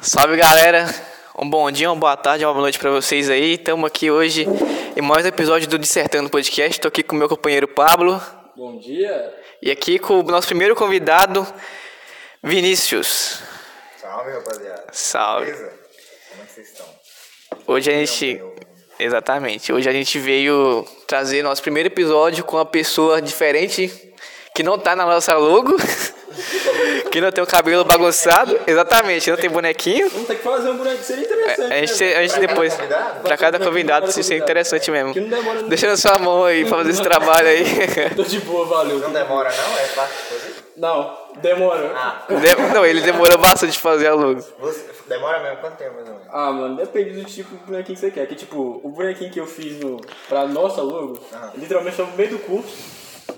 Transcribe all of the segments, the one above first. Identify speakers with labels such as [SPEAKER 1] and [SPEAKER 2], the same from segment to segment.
[SPEAKER 1] Salve galera, um bom dia, uma boa tarde, uma boa noite pra vocês aí. Estamos aqui hoje em mais um episódio do Dissertando Podcast. Estou aqui com o meu companheiro Pablo
[SPEAKER 2] Bom dia.
[SPEAKER 1] e aqui com o nosso primeiro convidado, Vinícius.
[SPEAKER 3] Salve, rapaziada.
[SPEAKER 1] Salve.
[SPEAKER 3] Beleza? Como é que vocês estão?
[SPEAKER 1] Hoje a gente. Exatamente, hoje a gente veio trazer nosso primeiro episódio com uma pessoa diferente que não tá na nossa logo, que não tem o cabelo bagunçado. Exatamente, não tem bonequinho.
[SPEAKER 2] Vamos ter que fazer um boneco, seria interessante.
[SPEAKER 1] A gente,
[SPEAKER 2] né?
[SPEAKER 1] a gente depois,
[SPEAKER 3] convidado?
[SPEAKER 1] pra cada convidado, se isso é interessante mesmo. Deixando sua mão aí pra fazer esse trabalho aí.
[SPEAKER 2] Tô de boa, valeu.
[SPEAKER 3] Não demora não? É fácil fazer?
[SPEAKER 2] Não, demora. Ah.
[SPEAKER 1] Dem- Não, ele demorou bastante pra fazer a luz.
[SPEAKER 3] Você- demora mesmo? Quanto tempo mais ou menos?
[SPEAKER 2] Ah, mano, depende do tipo de bonequinho que você quer. Que tipo, o bonequinho que eu fiz no, pra nossa logo, literalmente tava no meio do curso.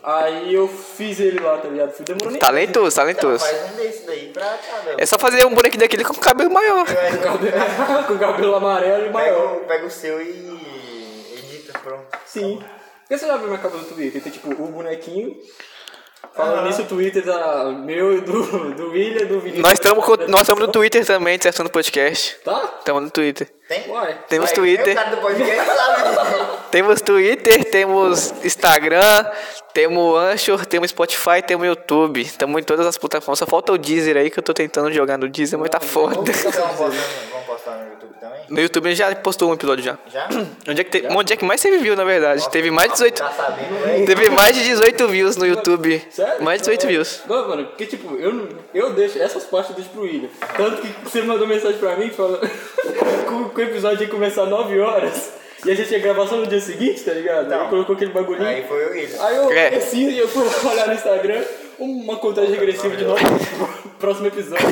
[SPEAKER 2] Aí eu fiz ele lá, tá ligado? Fui demorando nem
[SPEAKER 1] Talentoso, talentoso.
[SPEAKER 3] Faz um desse daí pra cabelo.
[SPEAKER 1] É só fazer um bonequinho daquele com cabelo maior.
[SPEAKER 2] com o cabelo amarelo e
[SPEAKER 3] Pega,
[SPEAKER 2] maior.
[SPEAKER 3] o- pega o seu e edita, pronto.
[SPEAKER 2] Sim. Porque você já viu minha capa do Twitter? Tem tipo o bonequinho. Falando nisso, o Twitter tá meu, e do, do William, do Vinícius.
[SPEAKER 1] Nós estamos nós estamos no Twitter também, Dissertando Podcast.
[SPEAKER 2] Tá?
[SPEAKER 1] Estamos no Twitter.
[SPEAKER 3] Tem?
[SPEAKER 2] Uai.
[SPEAKER 1] Temos
[SPEAKER 3] Ué,
[SPEAKER 1] Twitter.
[SPEAKER 3] O cara do podcast sabe disso.
[SPEAKER 1] Temos Twitter, temos Instagram, temos Anchor, temos Spotify, temos YouTube. Estamos em todas as plataformas. Só falta o Deezer aí que eu tô tentando jogar no Deezer, mas tá foda.
[SPEAKER 3] Então, vamos postar, vamos postar no YouTube também?
[SPEAKER 1] No YouTube a gente já postou um episódio já.
[SPEAKER 3] Já?
[SPEAKER 1] Onde é que, te... onde é que mais teve view, na verdade? Teve mais de 18.
[SPEAKER 3] Tá sabendo, velho?
[SPEAKER 1] Teve mais de 18 views no YouTube.
[SPEAKER 2] Sério?
[SPEAKER 1] Mais de 18
[SPEAKER 2] Não,
[SPEAKER 1] views.
[SPEAKER 2] Não, mano, porque tipo, eu, não- eu deixo essas partes eu deixo pro William. Tanto que você mandou mensagem pra mim falando que o episódio ia começar 9 horas e a gente ia gravar só no dia seguinte, tá ligado?
[SPEAKER 3] Não.
[SPEAKER 2] Aí colocou aquele bagulhinho. Aí,
[SPEAKER 3] Então. Aí foi o William.
[SPEAKER 2] eu
[SPEAKER 1] É.
[SPEAKER 2] desci e eu fui olhar no Instagram uma contagem regressiva de 9 próximo episódio.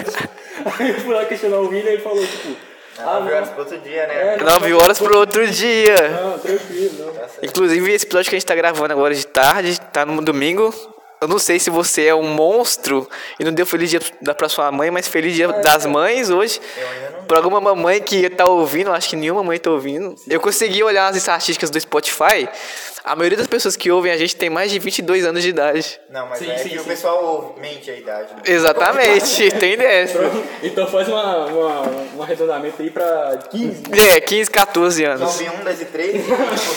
[SPEAKER 2] Aí eu fui lá questionar o William e ele falou, tipo, ah,
[SPEAKER 3] Ah, viu
[SPEAKER 2] não,
[SPEAKER 3] as pro outro dia,
[SPEAKER 2] É,
[SPEAKER 3] né?
[SPEAKER 2] não,
[SPEAKER 1] 9 horas pro outro dia.
[SPEAKER 2] não, tranquilo, não.
[SPEAKER 1] Inclusive, esse episódio que a gente tá gravando agora de tarde, tá no domingo. Eu não sei se você é um monstro e não deu feliz dia da- pra sua mãe, mas feliz dia das mães hoje.
[SPEAKER 3] É. Eu ainda não
[SPEAKER 1] Pra alguma mamãe que tá ouvindo, acho que nenhuma mãe tá ouvindo. Eu consegui olhar as estatísticas do Spotify. A maioria das pessoas que ouvem a gente tem mais de 22 anos de idade.
[SPEAKER 3] Não, mas
[SPEAKER 2] Sim,
[SPEAKER 3] é
[SPEAKER 2] sim,
[SPEAKER 3] que
[SPEAKER 2] sim.
[SPEAKER 3] o pessoal ouve- mente a idade. né?
[SPEAKER 1] Exatamente, tem dessa.
[SPEAKER 2] Então faz uma, uma- um arredondamento aí pra 15,
[SPEAKER 1] É, 15, 14 anos.
[SPEAKER 3] 9, 1, 10 e 3,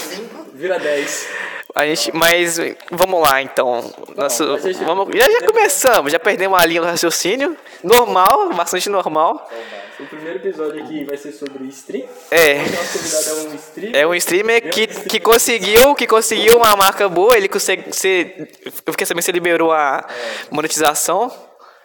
[SPEAKER 3] 5,
[SPEAKER 2] vira 10.
[SPEAKER 1] A gente, mas vamos lá então. Nosso,
[SPEAKER 2] mas a gente-
[SPEAKER 1] vamos, já, já começamos, já perdemos a linha do raciocínio. Normal, bastante normal.
[SPEAKER 2] O primeiro episódio aqui vai ser sobre stream.
[SPEAKER 1] É.
[SPEAKER 2] Nosso convidado é um stream.
[SPEAKER 1] É um streamer que, que conseguiu que conseguiu uma marca boa, ele consegue ser. Eu fiquei sabendo que você liberou a monetização.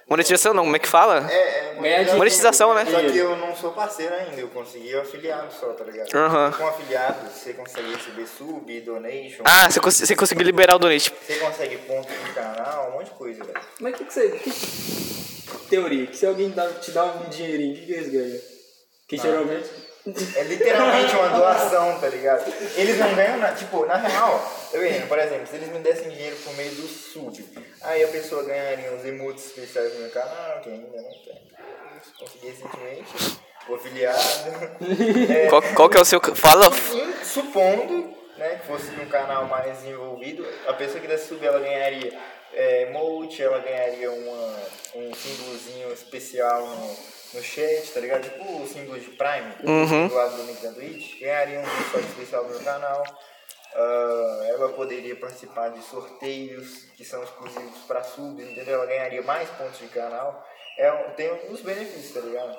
[SPEAKER 1] Monetização não, como é que fala?
[SPEAKER 3] É, é
[SPEAKER 2] Ganhar dinheiro.
[SPEAKER 1] Monetização, né?
[SPEAKER 3] Só que eu não sou parceiro ainda, eu consegui o afiliado só, tá ligado?
[SPEAKER 1] Aham.
[SPEAKER 3] Com afiliado, você consegue receber sub, donation,
[SPEAKER 1] Ah, você, cons- você conseguiu liberar o donate.
[SPEAKER 3] você consegue ponto no canal, um monte de coisa, velho.
[SPEAKER 2] Mas o que, que você. que- Teoria, que se alguém dá- te dá um dinheirinho, o que, que eles ganham? Que geralmente.
[SPEAKER 3] É literalmente uma doação, tá ligado? Eles não ganham nada. Tipo, na real, eu errei, por exemplo, se eles me dessem dinheiro por meio do sub, aí a pessoa ganharia uns emotes especiais no meu canal, que ainda não tem. Consegui recentemente, o afiliado. É,
[SPEAKER 1] Qual, qual que é o seu. Fala.
[SPEAKER 3] Sim, supondo né, que fosse de um canal mais desenvolvido, a pessoa que desse sub ela ganharia é, emote, ela ganharia uma, um símbolozinho especial no, no chat, tá ligado? Tipo o símbolo de Prime, do lado do link da Twitch, ganharia um vídeo só especial no meu canal. Ah, ela poderia participar de sorteios que são exclusivos para subs, entendeu? Ela ganharia mais pontos de canal. É, um- tem uns benefícios, tá ligado?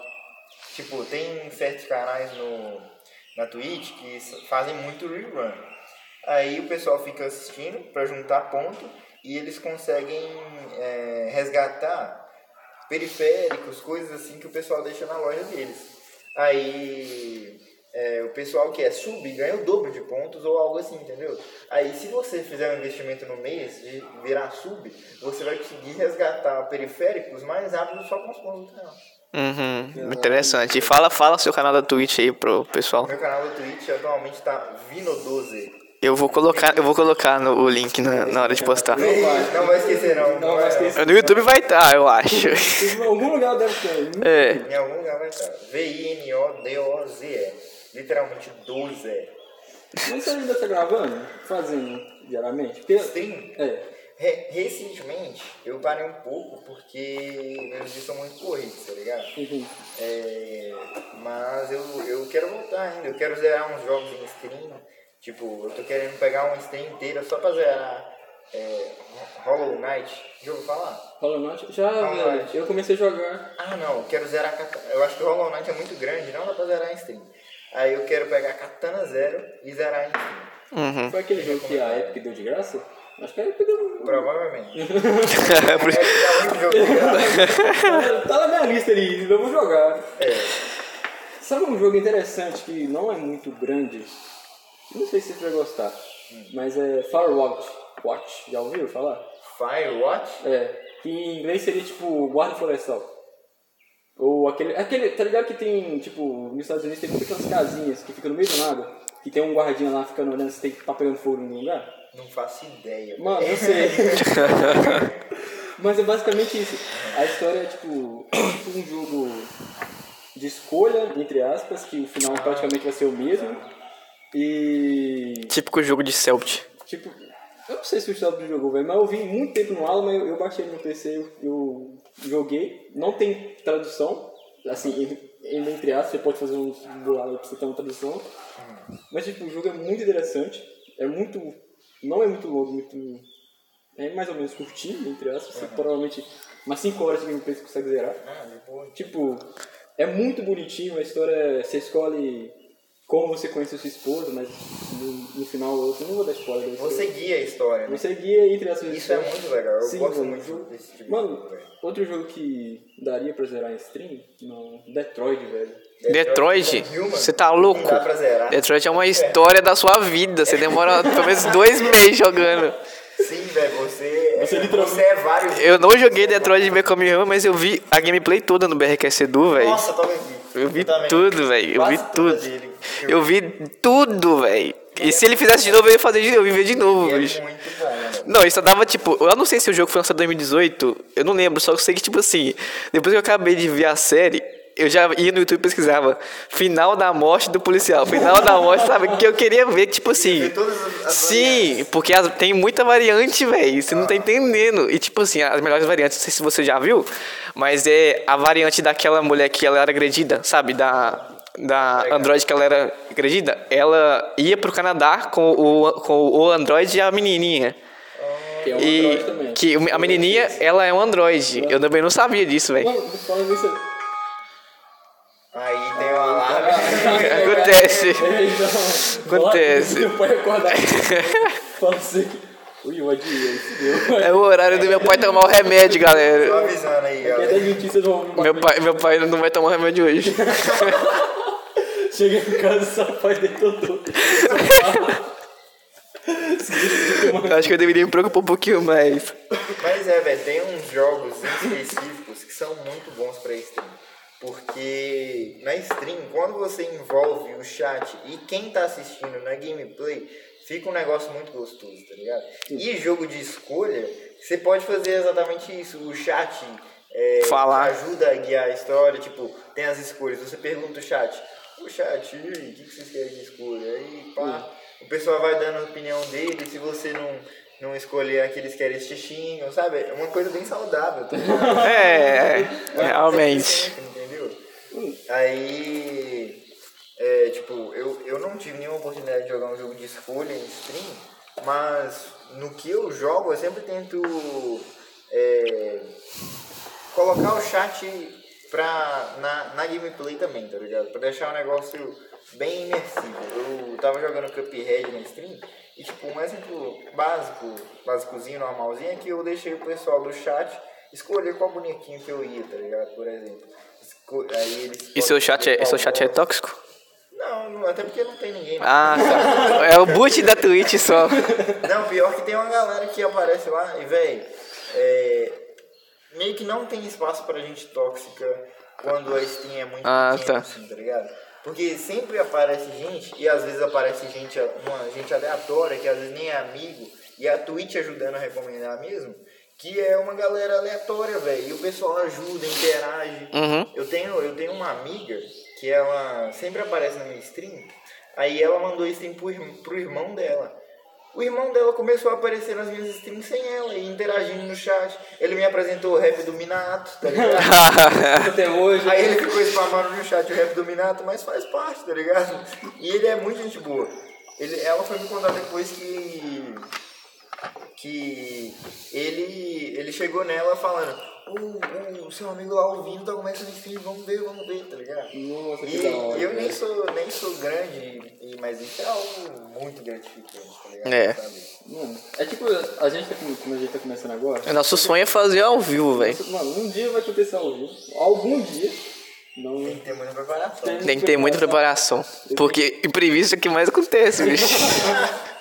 [SPEAKER 3] Tipo, tem certos canais no, na Twitch que s- fazem muito rerun. Aí o pessoal fica assistindo pra juntar ponto e eles conseguem é, resgatar periféricos, coisas assim que o pessoal deixa na loja deles. Aí é, o pessoal que é sub ganha o dobro de pontos ou algo assim, entendeu? Aí se você fizer um investimento no mês de virar sub, você vai conseguir resgatar periféricos mais rápido só com os pontos do canal.
[SPEAKER 1] Uhum, interessante. E fala, fala o seu canal da Twitch aí pro pessoal.
[SPEAKER 3] Meu canal do Twitch atualmente tá Vino12.
[SPEAKER 1] Eu vou colocar, eu vou colocar no, o link na, na hora de postar.
[SPEAKER 2] vai.
[SPEAKER 3] Não vai esquecer, não. é-
[SPEAKER 2] Não, vai esquecer.
[SPEAKER 1] No YouTube vai estar, eu acho.
[SPEAKER 2] Em algum lugar deve ter.
[SPEAKER 1] É.
[SPEAKER 3] Em algum lugar vai estar. V-I-N-O-D-O-Z-E. Literalmente 12.
[SPEAKER 1] É.
[SPEAKER 2] Mas você ainda tá gravando? Fazendo, geralmente. Porque-
[SPEAKER 3] Stream?
[SPEAKER 2] É.
[SPEAKER 3] Re- recentemente, eu parei um pouco porque meus dias são muito corridos, tá ligado?
[SPEAKER 2] Enfim.
[SPEAKER 3] É, mas eu, eu quero voltar ainda, eu quero zerar uns jogos em stream. Tipo, eu tô querendo pegar uma stream inteira só pra zerar é, Hollow Knight. Já ouviu falar?
[SPEAKER 2] Hollow Knight? Já,
[SPEAKER 3] Hollow
[SPEAKER 2] velho.
[SPEAKER 3] Knight.
[SPEAKER 2] Eu comecei a jogar.
[SPEAKER 3] Ah, não, eu quero zerar a Katana. Eu acho que o Hollow Knight é muito grande, não dá pra zerar em stream. Aí eu quero pegar Katana Zero e zerar em stream.
[SPEAKER 1] Uhum.
[SPEAKER 2] Foi aquele jogo que a Epic deu de graça? Acho que a Epic deu.
[SPEAKER 3] Provavelmente. É, dá muito jogo de graça.
[SPEAKER 2] tá, tá na minha lista ali, eu vou jogar.
[SPEAKER 3] É,
[SPEAKER 2] Sabe um jogo interessante que não é muito grande? Não sei se você vai gostar, mas é Firewatch. Watch, já ouviu falar?
[SPEAKER 3] Firewatch?
[SPEAKER 2] É, que em inglês seria tipo guarda florestal. Ou aquele, aquele, tá ligado que tem, tipo, nos Estados Unidos tem muito aquelas casinhas que ficam no meio do nada, que tem um guardinha lá ficando olhando se tem que tá pegando fogo em algum lugar?
[SPEAKER 3] Não faço ideia.
[SPEAKER 2] Mano, eu sei. Mas é basicamente isso. A história é tipo, tipo um jogo de escolha, entre aspas, que o final praticamente vai ser o mesmo. E.
[SPEAKER 1] Típico jogo de Celtic.
[SPEAKER 2] Tipo, eu não sei se o Celso jogou, velho, mas eu vi muito tempo no aula, mas eu, eu baixei no PC, eu, eu joguei. Não tem tradução, assim, em- em- entre aspas, você pode fazer um bolado pra você ter uma tradução. Mas, tipo, o jogo é muito interessante, é muito. Não é muito longo, muito. É mais ou menos curtinho, entre aspas, você provavelmente umas 5 horas de gameplay você consegue zerar.
[SPEAKER 3] Ah, depois.
[SPEAKER 2] Tipo, é muito bonitinho, a história é- você escolhe como você conhece a sua esposa, mas no, no final eu não vou dar spoiler. desse
[SPEAKER 3] Você
[SPEAKER 2] jogo.
[SPEAKER 3] guia a história, né?
[SPEAKER 2] você guia entre as suas
[SPEAKER 3] Isso é
[SPEAKER 2] escolhas.
[SPEAKER 3] muito legal. Eu
[SPEAKER 2] Sim,
[SPEAKER 3] gosto
[SPEAKER 2] mano.
[SPEAKER 3] muito desse tipo de
[SPEAKER 2] Mano,
[SPEAKER 3] jogo, velho.
[SPEAKER 2] outro jogo que daria pra zerar em stream? Não, Detroit, velho.
[SPEAKER 1] Detroit?
[SPEAKER 3] Não viu, é mano?
[SPEAKER 1] Você tá louco?
[SPEAKER 3] Não dá pra zerar.
[SPEAKER 1] Detroit é uma história da sua vida. Você demora pelo menos dois meses jogando.
[SPEAKER 3] Sim, velho, você,
[SPEAKER 2] Você
[SPEAKER 3] é,
[SPEAKER 2] literalmente-
[SPEAKER 3] você é vários. é
[SPEAKER 1] Eu não joguei Detroit de Become Human, mas eu vi a gameplay toda no BRQS Edu, velho.
[SPEAKER 3] Nossa, tava aqui.
[SPEAKER 1] Eu vi
[SPEAKER 3] também.
[SPEAKER 1] tudo, velho. Eu
[SPEAKER 3] Quase
[SPEAKER 1] vi
[SPEAKER 3] toda
[SPEAKER 1] tudo.
[SPEAKER 3] dele.
[SPEAKER 1] Eu vi tudo, velho. E se ele fizesse de novo, eu ia fazer de novo, eu ia ver de novo,
[SPEAKER 3] É
[SPEAKER 1] bicho.
[SPEAKER 3] muito bom, mano.
[SPEAKER 1] Não, isso só dava tipo. Eu não sei se o jogo foi lançado em 2018, eu não lembro, só sei que, tipo assim, depois que eu acabei de ver a série, eu já ia no YouTube e pesquisava final da morte do policial, final da morte, sabe? Que eu queria ver, tipo assim.
[SPEAKER 3] Ver todas as- as
[SPEAKER 1] Sim, porque as- tem muita variante, velho. Você não
[SPEAKER 3] Ah.
[SPEAKER 1] tá entendendo. E, tipo assim, as melhores variantes, não sei se você já viu, mas é a variante daquela mulher que ela era agredida, sabe? Da. Da Android que ela era agredida, ela ia pro Canadá com o, com o Android e a menininha.
[SPEAKER 2] Que é um
[SPEAKER 1] E
[SPEAKER 2] Android também.
[SPEAKER 1] que a menininha, ela é um android. Eu também não sabia disso, velho.
[SPEAKER 2] Mano, falando isso.
[SPEAKER 3] Aí tem uma alarme.
[SPEAKER 1] Acontece.
[SPEAKER 2] Então,
[SPEAKER 1] Acontece.
[SPEAKER 2] Meu pai acordar. Fala assim. Ui, eu adiei, isso deu.
[SPEAKER 1] É o horário do meu pai tomar o remédio,
[SPEAKER 3] Tô
[SPEAKER 1] galera.
[SPEAKER 3] avisando aí,
[SPEAKER 2] Porque até
[SPEAKER 3] galera.
[SPEAKER 2] notícias vão ouvir um
[SPEAKER 1] Meu pai, meu pai não vai tomar o remédio hoje.
[SPEAKER 2] Chega em casa e só faz detonou.
[SPEAKER 1] Eu acho que eu deveria me preocupar um pouquinho mais.
[SPEAKER 3] Mas é, velho, tem uns jogos específicos que são muito bons pra stream. Porque na stream, quando você envolve o chat e quem tá assistindo na gameplay, fica um negócio muito gostoso, tá ligado? E jogo de escolha, você pode fazer exatamente isso. O chat é,
[SPEAKER 1] Falar.
[SPEAKER 3] ajuda a guiar a história, tipo, tem as escolhas. Você pergunta o chat, o chat, e aí, o que, que vocês querem de escolha? Aí, pá, o pessoal vai dando a opinião dele, se você não, não escolher aqueles que eles te xingam, sabe? É uma coisa bem saudável, tá ligado?
[SPEAKER 1] É, realmente.
[SPEAKER 3] Entendeu? Aí, é, tipo, eu, eu não tive nenhuma oportunidade de jogar um jogo de escolha em stream, mas no que eu jogo eu sempre tento é, colocar o chat pra, na, na gameplay também, tá ligado? Pra deixar o negócio bem imersivo. Eu tava jogando Cuphead na stream e, tipo, um exemplo básico, básicozinho, normalzinho, é que eu deixei o pessoal do chat escolher qual bonequinho que eu ia, tá ligado? Por exemplo. Esco- Aí eles
[SPEAKER 1] E seu
[SPEAKER 3] podem
[SPEAKER 1] chat
[SPEAKER 3] escolher
[SPEAKER 1] é,
[SPEAKER 3] qual
[SPEAKER 1] seu chat é
[SPEAKER 3] boss.
[SPEAKER 1] tóxico?
[SPEAKER 3] Não, não, até porque não tem ninguém.
[SPEAKER 1] Ah, tá. É o boot da Twitch só.
[SPEAKER 3] Não, pior que tem uma galera que aparece lá e, velho, meio que não tem espaço pra gente tóxica quando a Steam é muito
[SPEAKER 1] Ah, tá.
[SPEAKER 3] pequena, assim, tá ligado? Porque sempre aparece gente, e às vezes aparece gente, uma gente aleatória, que às vezes nem é amigo, e a Twitch ajudando a recomendar mesmo, que é uma galera aleatória, velho, e o pessoal ajuda, interage.
[SPEAKER 1] Uhum.
[SPEAKER 3] Eu tenho, eu tenho uma amiga que ela sempre aparece na minha stream, aí ela mandou stream pro, irm- pro irmão dela. O irmão dela começou a aparecer nas minhas streams sem ela e interagindo no chat. Ele me apresentou o rap do Minato, tá ligado?
[SPEAKER 2] Até hoje.
[SPEAKER 3] Aí ele ficou spamando no chat o rap do Minato, mas faz parte, tá ligado? E ele é muito gente boa. Ele, ela foi me contar depois que. que ele, ele chegou nela falando: "O- O seu amigo lá ouvindo tá começando difícil, vamos ver, vamos ver, tá ligado?
[SPEAKER 2] Nossa, que
[SPEAKER 3] E
[SPEAKER 2] da hora.
[SPEAKER 3] eu nem
[SPEAKER 2] velho.
[SPEAKER 3] sou, nem sou grande, e- mas isso é algo muito gratificante, tá ligado?
[SPEAKER 1] É.
[SPEAKER 3] Sabe?
[SPEAKER 2] Mano, é tipo, a gente tá, com- como a gente tá começando agora.
[SPEAKER 1] O nosso sonho é fazer ao vivo, velho.
[SPEAKER 2] Mano, um dia vai acontecer ao vivo. Algum dia. Não.
[SPEAKER 3] Tem que ter muita preparação.
[SPEAKER 1] Tem que ter muita preparação. Porque imprevisto é o que mais acontece, bicho.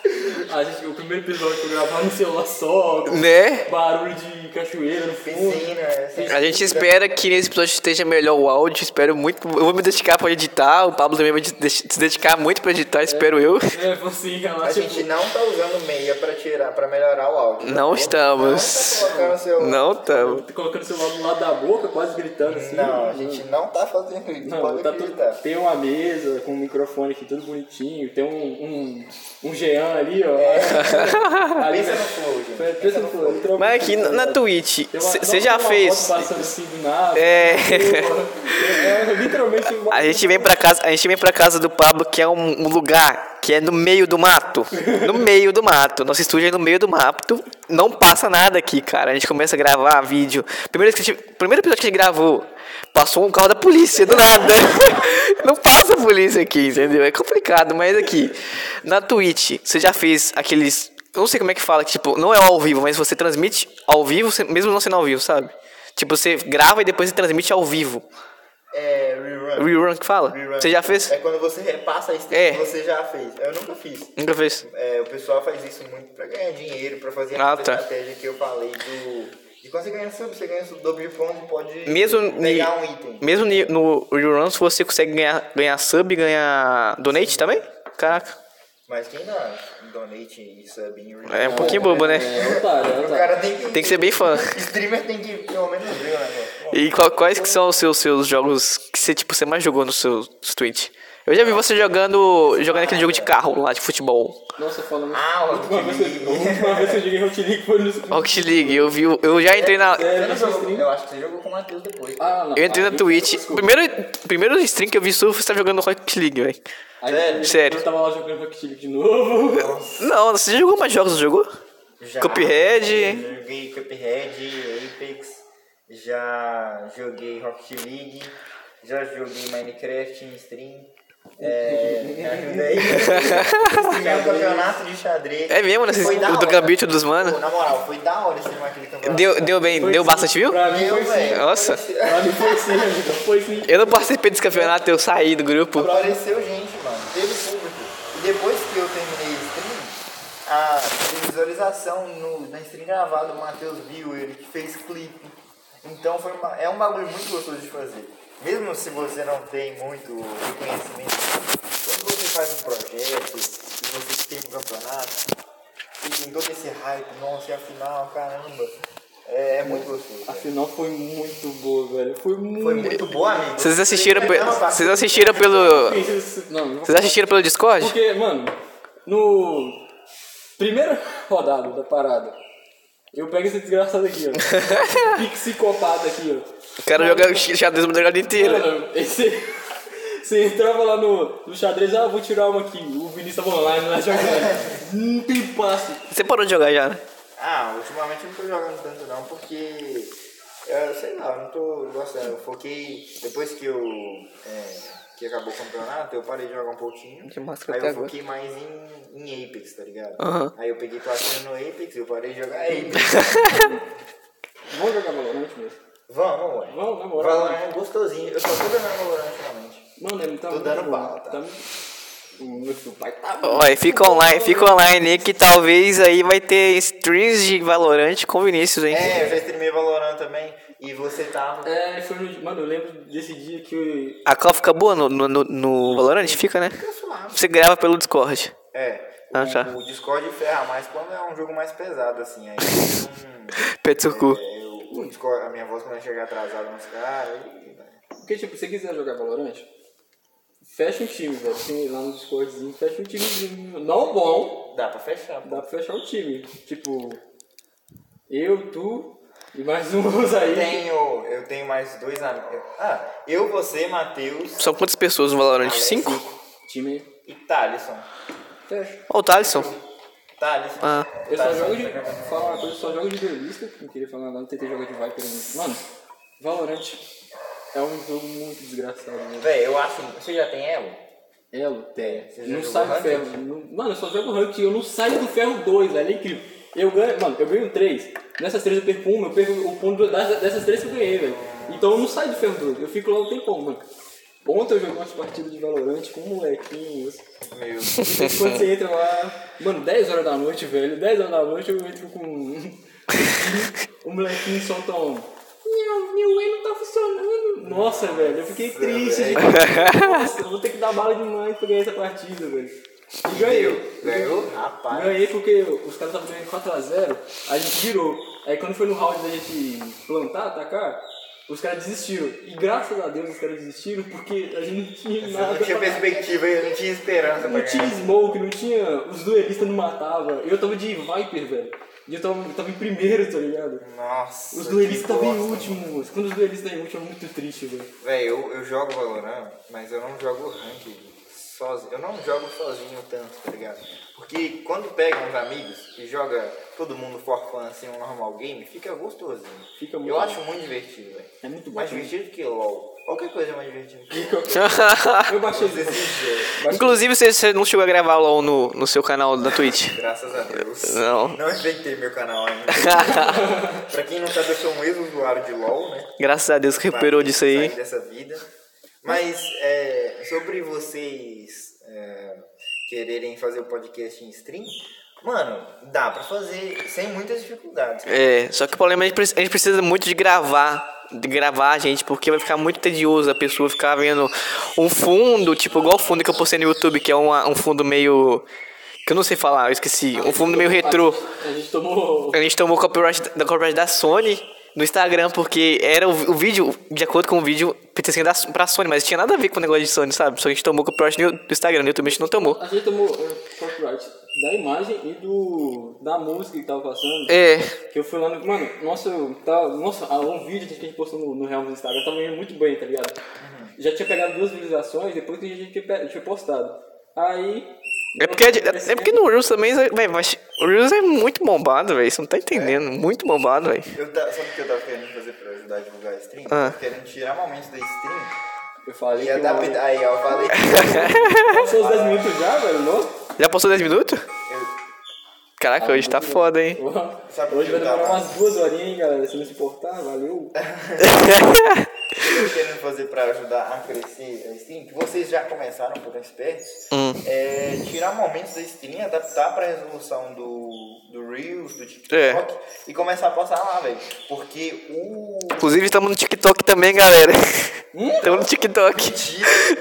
[SPEAKER 2] A gente, o primeiro episódio que eu gravar no celular só, com
[SPEAKER 1] né?
[SPEAKER 2] barulho de cachoeira no fundo.
[SPEAKER 3] Piscina, essas
[SPEAKER 1] A gente espera que nesse episódio esteja melhor o áudio. Espero muito. Eu vou me dedicar pra editar. O Pablo também vai de- de- se dedicar muito pra editar, espero eu.
[SPEAKER 2] É, foi assim, cara,
[SPEAKER 3] A
[SPEAKER 2] tipo,
[SPEAKER 3] gente não tá usando meia pra tirar, pra melhorar o né? áudio.
[SPEAKER 1] Não
[SPEAKER 3] estamos.
[SPEAKER 1] estamos.
[SPEAKER 3] Não tá colocando seu...
[SPEAKER 1] Não estamos.
[SPEAKER 2] tô tipo, colocando o celular do lado da boca, quase gritando assim.
[SPEAKER 3] Não, a gente não tá fazendo isso.
[SPEAKER 2] Não,
[SPEAKER 3] pode
[SPEAKER 2] tá tudo-
[SPEAKER 3] acreditar.
[SPEAKER 2] tem uma mesa com um microfone aqui tudo bonitinho, tem um, um, um Jean ali, ó. ali,
[SPEAKER 3] É. Pensa
[SPEAKER 2] né?
[SPEAKER 3] no flow, gente.
[SPEAKER 2] Foi- Pensa no flow. entrou-
[SPEAKER 1] Mas aqui na, na Twitch,
[SPEAKER 2] Tem uma-
[SPEAKER 1] você
[SPEAKER 2] não,
[SPEAKER 1] já
[SPEAKER 2] tem uma
[SPEAKER 1] fez.
[SPEAKER 2] moto passando assim do nada.
[SPEAKER 1] É.
[SPEAKER 2] É, literalmente uma-
[SPEAKER 1] A gente vem pra casa, a gente vem pra casa do Pablo, que é um, um lugar que é no meio do mato. No meio do mato. Nosso estúdio é no meio do mato. Não passa nada aqui, cara. A gente começa a gravar vídeo. Primeiro, que a gente- primeiro episódio que a gente gravou, passou um carro da polícia, do nada. Não passa a polícia aqui, entendeu? É complicado, mas aqui. Na Twitch, você já fez aqueles. Eu não sei como é que fala, que, tipo, não é ao vivo, mas você transmite ao vivo, sem- mesmo não sendo ao vivo, sabe? Tipo, você grava e depois você transmite ao vivo.
[SPEAKER 3] É, rerun.
[SPEAKER 1] Rerun que fala?
[SPEAKER 3] Rerun.
[SPEAKER 1] Você já fez?
[SPEAKER 3] É quando você repassa a stream
[SPEAKER 1] É.
[SPEAKER 3] que você já fez. Eu nunca fiz.
[SPEAKER 1] Nunca fez.
[SPEAKER 3] É, o pessoal faz isso muito pra ganhar dinheiro, pra fazer
[SPEAKER 1] Ah,
[SPEAKER 3] a
[SPEAKER 1] tá.
[SPEAKER 3] estratégia que eu falei do... E quando você ganha sub, você ganha sub dobro de pontos e pode
[SPEAKER 1] Mesmo, ni-
[SPEAKER 3] pegar um item.
[SPEAKER 1] mesmo ni- no Reruns você consegue ganhar, ganhar sub e ganhar donate também? Caraca,
[SPEAKER 3] Mas quem dá donate e sub em rerun?
[SPEAKER 1] é um pouquinho bobo, né?
[SPEAKER 2] É, otário, é
[SPEAKER 3] O
[SPEAKER 2] otário.
[SPEAKER 3] cara tem que...
[SPEAKER 1] Tem que ser bem fã.
[SPEAKER 3] Streamer tem que pelo menos né, ver o negócio. Bom,
[SPEAKER 1] E qual- quais que são os seus, seus jogos que você, tipo, você mais jogou no seu Twitch? Eu já vi você jogando, jogando aquele jogo de carro lá, de futebol.
[SPEAKER 2] Nossa, falando.
[SPEAKER 3] Ah, o
[SPEAKER 2] Uma vez que eu-
[SPEAKER 3] Rocket League.
[SPEAKER 2] uma vez que eu joguei Rocket League foi no.
[SPEAKER 1] Rocket League, eu vi, o- eu já entrei na...
[SPEAKER 2] É,
[SPEAKER 3] Você não
[SPEAKER 2] nessa
[SPEAKER 3] jogou-
[SPEAKER 2] stream.
[SPEAKER 3] Eu acho que você jogou com o Matheus depois.
[SPEAKER 2] Ah, não.
[SPEAKER 1] Eu entrei
[SPEAKER 2] Ah,
[SPEAKER 1] na Twitch.
[SPEAKER 2] desculpa.
[SPEAKER 1] Primeiro, primeiro stream que eu vi sua, você tá jogando Rocket League, velho.
[SPEAKER 2] Aí,
[SPEAKER 3] Sério?
[SPEAKER 1] Sério.
[SPEAKER 2] Eu tava lá jogando Rocket League de novo.
[SPEAKER 1] Não, você já jogou mais jogos, não jogou?
[SPEAKER 3] Já é,
[SPEAKER 1] Cuphead.
[SPEAKER 3] Joguei Cuphead, Apex, já joguei Rocket League, já joguei Minecraft em stream. É, me ajuda aí. Tinha um campeonato de xadrez.
[SPEAKER 1] É mesmo, né?
[SPEAKER 3] Foi da
[SPEAKER 1] O do
[SPEAKER 3] hora.
[SPEAKER 1] Gambito dos Mano?
[SPEAKER 3] Pô, Na moral, foi da hora streamar aquele campeonato.
[SPEAKER 1] Deu, deu bem,
[SPEAKER 2] Foi
[SPEAKER 1] deu
[SPEAKER 2] sim.
[SPEAKER 1] bastante, viu?
[SPEAKER 2] Pra mim foi
[SPEAKER 3] Deu,
[SPEAKER 2] sim.
[SPEAKER 3] velho.
[SPEAKER 1] Nossa.
[SPEAKER 3] Apareceu-
[SPEAKER 2] Pra mim foi sim, amigo. Foi assim. sim.
[SPEAKER 1] Eu não participei desse campeonato, eu saí do grupo.
[SPEAKER 3] Apareceu gente, mano. Teve público. E depois que eu terminei a stream, a visualização no, na stream gravada, o Matheus viu, ele que fez clipe. Então foi uma- é um bagulho muito gostoso de fazer. Mesmo se você não tem muito reconhecimento, quando você faz um projeto, e você tem um campeonato, e tem todo esse hype, nossa, e a final, caramba. É, é muito gostoso.
[SPEAKER 2] A
[SPEAKER 3] velho.
[SPEAKER 2] final foi muito boa, velho. Foi muito.
[SPEAKER 3] Foi muito boa, amigo.
[SPEAKER 1] Vocês assistiram, pe-
[SPEAKER 3] Não, tá.
[SPEAKER 1] vocês assistiram pelo.
[SPEAKER 2] Não, não vou
[SPEAKER 1] Vocês assistiram pelo Discord?
[SPEAKER 2] Porque, mano, no. Primeira rodada da parada, eu pego esse desgraçado aqui, ó. Pique psicopata aqui, ó.
[SPEAKER 1] O cara joga xadrez a madrugada inteira.
[SPEAKER 2] Mano, esse. Você entrava lá no, no xadrez, ah, vou tirar uma aqui. O Vinícius tava online lá
[SPEAKER 3] É.
[SPEAKER 2] jogando. Um Não tem passe.
[SPEAKER 1] Você parou de jogar já, né?
[SPEAKER 3] Ah, ultimamente eu não tô jogando tanto não, porque. Eu sei lá, eu não tô gostando. Eu foquei. Depois que eu. é, que acabou o campeonato, eu parei de jogar um pouquinho.
[SPEAKER 1] Que máscara
[SPEAKER 3] Aí
[SPEAKER 1] até
[SPEAKER 3] eu
[SPEAKER 1] agora.
[SPEAKER 3] foquei mais em, em Apex, tá ligado?
[SPEAKER 1] Aham.
[SPEAKER 3] Aí eu peguei platina no Apex, eu parei de jogar Apex.
[SPEAKER 2] Vamos jogar Valorant mesmo.
[SPEAKER 3] Vamos, ué.
[SPEAKER 2] Vamos, na moral. né?
[SPEAKER 3] Valorant é gostosinho. Eu só tô jogando Valorant ultimamente.
[SPEAKER 2] Mano, ele tá
[SPEAKER 3] Tô
[SPEAKER 2] muito
[SPEAKER 3] dando
[SPEAKER 2] bom.
[SPEAKER 3] bala, tá?
[SPEAKER 2] Tá muito- Hum, Meu pai tá bom.
[SPEAKER 1] Olha, fica online, fica online aí que talvez aí vai ter streams de Valorant com Vinícius, hein?
[SPEAKER 3] É, eu já streamei Valorant também. E você tá tava.
[SPEAKER 2] É, foi no... Mano, eu lembro desse dia que...
[SPEAKER 1] A call fica boa no, no, no- no Valorant? Fica, né? Você grava pelo Discord.
[SPEAKER 3] É.
[SPEAKER 1] Ah,
[SPEAKER 3] o,
[SPEAKER 1] tá.
[SPEAKER 3] o Discord ferra mais quando é um jogo mais pesado, assim. Aí. hum,
[SPEAKER 1] Pede seu cu.
[SPEAKER 3] É, eu- o Discord- a minha voz quando eu chegar atrasada nos caras. né? e-
[SPEAKER 2] Porque, tipo, se você quiser jogar Valorant, fecha um time, velho. Tem lá no Discordzinho, fecha um time não bom,
[SPEAKER 3] Dá pra fechar, pô.
[SPEAKER 2] dá pra fechar um time. Tipo, eu, tu e mais uns aí.
[SPEAKER 3] Eu tenho, eu tenho mais dois amigos. Ah, eu, você, Matheus,
[SPEAKER 1] São quantas pessoas no Valorant?
[SPEAKER 3] Alex.
[SPEAKER 1] Cinco?
[SPEAKER 2] Time
[SPEAKER 3] e Thalisson.
[SPEAKER 2] fecha.
[SPEAKER 1] Ó, o Thaleson.
[SPEAKER 3] Thalisson.
[SPEAKER 1] Ah.
[SPEAKER 2] Eu só
[SPEAKER 3] Thalisson,
[SPEAKER 2] jogo de.
[SPEAKER 3] tá jogando.
[SPEAKER 2] Falar uma coisa, eu só jogo de duelista. Não queria falar nada, não tentei jogar de Viper ainda. Mano, Valorant é um jogo muito desgraçado, né?
[SPEAKER 3] Véi, eu acho. Você já tem elo?
[SPEAKER 2] Elo, Terra.
[SPEAKER 3] É Você já
[SPEAKER 2] Não
[SPEAKER 3] jogou
[SPEAKER 2] sai do
[SPEAKER 3] ranking?
[SPEAKER 2] ferro. não- Mano, eu só jogo ranking, eu não saio do ferro 2, velho. É incrível. Eu ganho, mano, eu ganho 3. Nessas 3 eu perco uma, eu perco o ponto das- dessas 3 que eu ganhei, velho. Então eu não saio do ferro 2, eu fico lá um tempão, mano. Ontem eu joguei umas partidas de Valorant com um assim, molequinhos.
[SPEAKER 3] Meu
[SPEAKER 2] E Quando você entra lá, mano, 10 horas da noite, velho. 10 horas da noite eu entro com. um- o molequinho solta um. Meu, meu Whey não tá funcionando. Nossa, velho, eu fiquei triste.
[SPEAKER 3] velho.
[SPEAKER 2] gente. Nossa, eu vou ter que dar bala demais pra ganhar essa partida, velho. E ganhei.
[SPEAKER 3] Ganhou? Rapaz.
[SPEAKER 2] Ganhei porque os caras estavam ganhando 4x0, a gente virou. Aí quando foi no round da gente plantar, atacar, os caras desistiram. E graças a Deus os caras desistiram porque a gente não tinha
[SPEAKER 3] Eu
[SPEAKER 2] nada.
[SPEAKER 3] não tinha
[SPEAKER 2] pra-
[SPEAKER 3] perspectiva, eu não tinha esperança pra
[SPEAKER 2] não tinha
[SPEAKER 3] ganhar.
[SPEAKER 2] smoke, não tinha. Os duelistas não matavam. Eu tava de Viper, velho. E eu tava, eu tava em primeiro, tá ligado?
[SPEAKER 3] Nossa.
[SPEAKER 2] Os
[SPEAKER 3] que
[SPEAKER 2] duelistas estavam em
[SPEAKER 3] bosta.
[SPEAKER 2] último, mano. Quando os duelistas estavam em último, é muito triste, velho.
[SPEAKER 3] Véi, eu, eu jogo Valorant, mas eu não jogo ranking sozinho. Eu não jogo sozinho tanto, tá ligado? Porque quando pega uns amigos e joga todo mundo for fun, assim, um normal game, fica gostosinho.
[SPEAKER 2] Fica muito
[SPEAKER 3] eu
[SPEAKER 2] bom.
[SPEAKER 3] acho muito divertido, velho.
[SPEAKER 2] É muito bom
[SPEAKER 3] Mais
[SPEAKER 2] também.
[SPEAKER 3] divertido que LOL. Qualquer coisa é mais divertida que
[SPEAKER 2] Eu baixei
[SPEAKER 3] vocês
[SPEAKER 2] esse.
[SPEAKER 3] fizeram.
[SPEAKER 1] Inclusive, você, você não chegou a gravar LOL no, no seu canal da Twitch.
[SPEAKER 3] Graças a Deus.
[SPEAKER 1] Não.
[SPEAKER 3] Não inventei meu canal ainda. pra quem não sabe, eu sou um ex-usuário de LOL, né?
[SPEAKER 1] Graças a Deus que recuperou disso aí.
[SPEAKER 3] sair dessa vida. Mas é, sobre vocês é, quererem fazer o podcast em stream, mano, dá pra fazer sem muitas dificuldades.
[SPEAKER 1] É, só que o problema é que a gente preci- a gente precisa muito de gravar. De gravar, gente, porque vai ficar muito tedioso a pessoa ficar vendo um fundo, tipo, igual o fundo que eu postei no YouTube, que é uma- um fundo meio. que eu não sei falar, eu esqueci. Um fundo meio retrô.
[SPEAKER 2] A gente tomou.
[SPEAKER 1] A gente tomou copyright da copyright da Sony no Instagram, porque era o, o vídeo, de acordo com o vídeo, pertencendo da- pra Sony, mas tinha nada a ver com o negócio de Sony, sabe? Só a gente tomou copyright no- do Instagram, no YouTube a gente não tomou.
[SPEAKER 2] A gente tomou eh, copyright da imagem e do. da música que tava passando.
[SPEAKER 1] É,
[SPEAKER 2] Que eu fui lá no. Mano, nossa, eu tava, nossa, ah, um vídeo que a gente postou no, no Real no Instagram tava indo muito bem, tá ligado? Já tinha pegado duas visualizações depois que a gente tinha, pe- tinha postado. Aí.
[SPEAKER 1] É porque, é porque no Reels também, velho, mas o Reels é muito bombado, velho. Você não tá entendendo. Muito bombado, velho.
[SPEAKER 3] Eu ta- sabe o que eu tava querendo fazer pra ajudar a divulgar a stream?
[SPEAKER 1] Ah.
[SPEAKER 3] Eu tava Querendo tirar momentos da stream
[SPEAKER 2] Eu falei.
[SPEAKER 3] e
[SPEAKER 2] que né? uma-
[SPEAKER 3] adaptar. Aí, ó, eu falei que
[SPEAKER 2] Passou os 10 minutos já, velho? Nossa.
[SPEAKER 1] Já passou 10 minutos?
[SPEAKER 3] eu,
[SPEAKER 1] Caraca, hoje tá foda, hein?
[SPEAKER 3] Sabe
[SPEAKER 2] Hoje
[SPEAKER 3] que
[SPEAKER 2] vai
[SPEAKER 3] eu
[SPEAKER 2] demorar
[SPEAKER 3] tava-
[SPEAKER 2] umas duas horinhas, hein, galera. Se não se importar, valeu.
[SPEAKER 1] É
[SPEAKER 3] eu tô querendo fazer pra ajudar a crescer a stream, que vocês já começaram, foram espertos,
[SPEAKER 1] Hum.
[SPEAKER 3] é, tirar momentos da stream, adaptar pra resolução do, do Reels, do TikTok
[SPEAKER 1] É.
[SPEAKER 3] e começar a postar lá, velho. Porque o.
[SPEAKER 1] Inclusive, estamos no TikTok também, galera. Estamos no TikTok.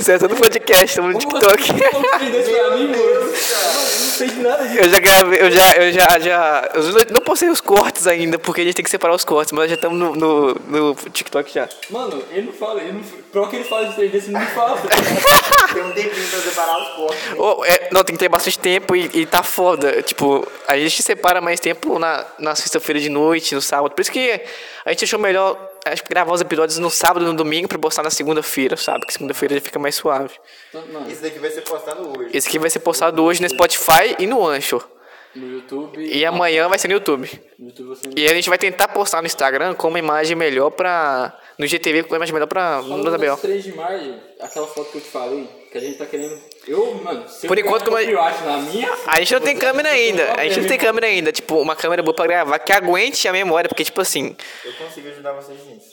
[SPEAKER 1] Certo, no podcast, estamos no TikTok.
[SPEAKER 2] Os dois pra mim, mano. Eu
[SPEAKER 3] Deus,
[SPEAKER 2] Não sei de nada disso.
[SPEAKER 1] Eu já gravei, eu já, eu já, já. Eu não- não postei os cortes ainda, porque a gente tem que separar os cortes, mas já estamos no, no, no TikTok já.
[SPEAKER 2] Mano, ele não fala, ele não. Pior que ele fala de 3D, você não fala.
[SPEAKER 1] Ah.
[SPEAKER 3] Tem um tempinho pra separar os cortes. né?
[SPEAKER 1] Ô, é, não, tem que ter bastante tempo e, e tá foda. Tipo, a gente separa mais tempo na, na sexta-feira de noite, no sábado. Por isso que a gente achou melhor acho que gravar os episódios no sábado e no domingo pra postar na segunda-feira, sabe? Que segunda-feira já fica mais suave.
[SPEAKER 2] Tá, Mano,
[SPEAKER 3] Isso daqui vai ser postado hoje.
[SPEAKER 1] Esse aqui vai ser postado hoje no Spotify e no Anchor.
[SPEAKER 2] no YouTube.
[SPEAKER 1] E amanhã vai ser no YouTube.
[SPEAKER 2] No YouTube você
[SPEAKER 1] E a gente vai tentar postar no Instagram com uma imagem melhor pra. No GTV com uma imagem melhor pra. No
[SPEAKER 2] Falando das
[SPEAKER 1] Isabel.
[SPEAKER 2] 3 de margem, aquela foto que eu te falei, que a gente tá querendo. Eu, mano, se eu
[SPEAKER 1] Por
[SPEAKER 2] pegar
[SPEAKER 1] enquanto, como a-
[SPEAKER 2] copyright na minha.
[SPEAKER 1] A gente não tem câmera ainda. A gente não tem câmera ainda. Tipo, uma câmera boa pra gravar que aguente a memória, porque, tipo assim.
[SPEAKER 3] Eu consigo ajudar vocês nisso.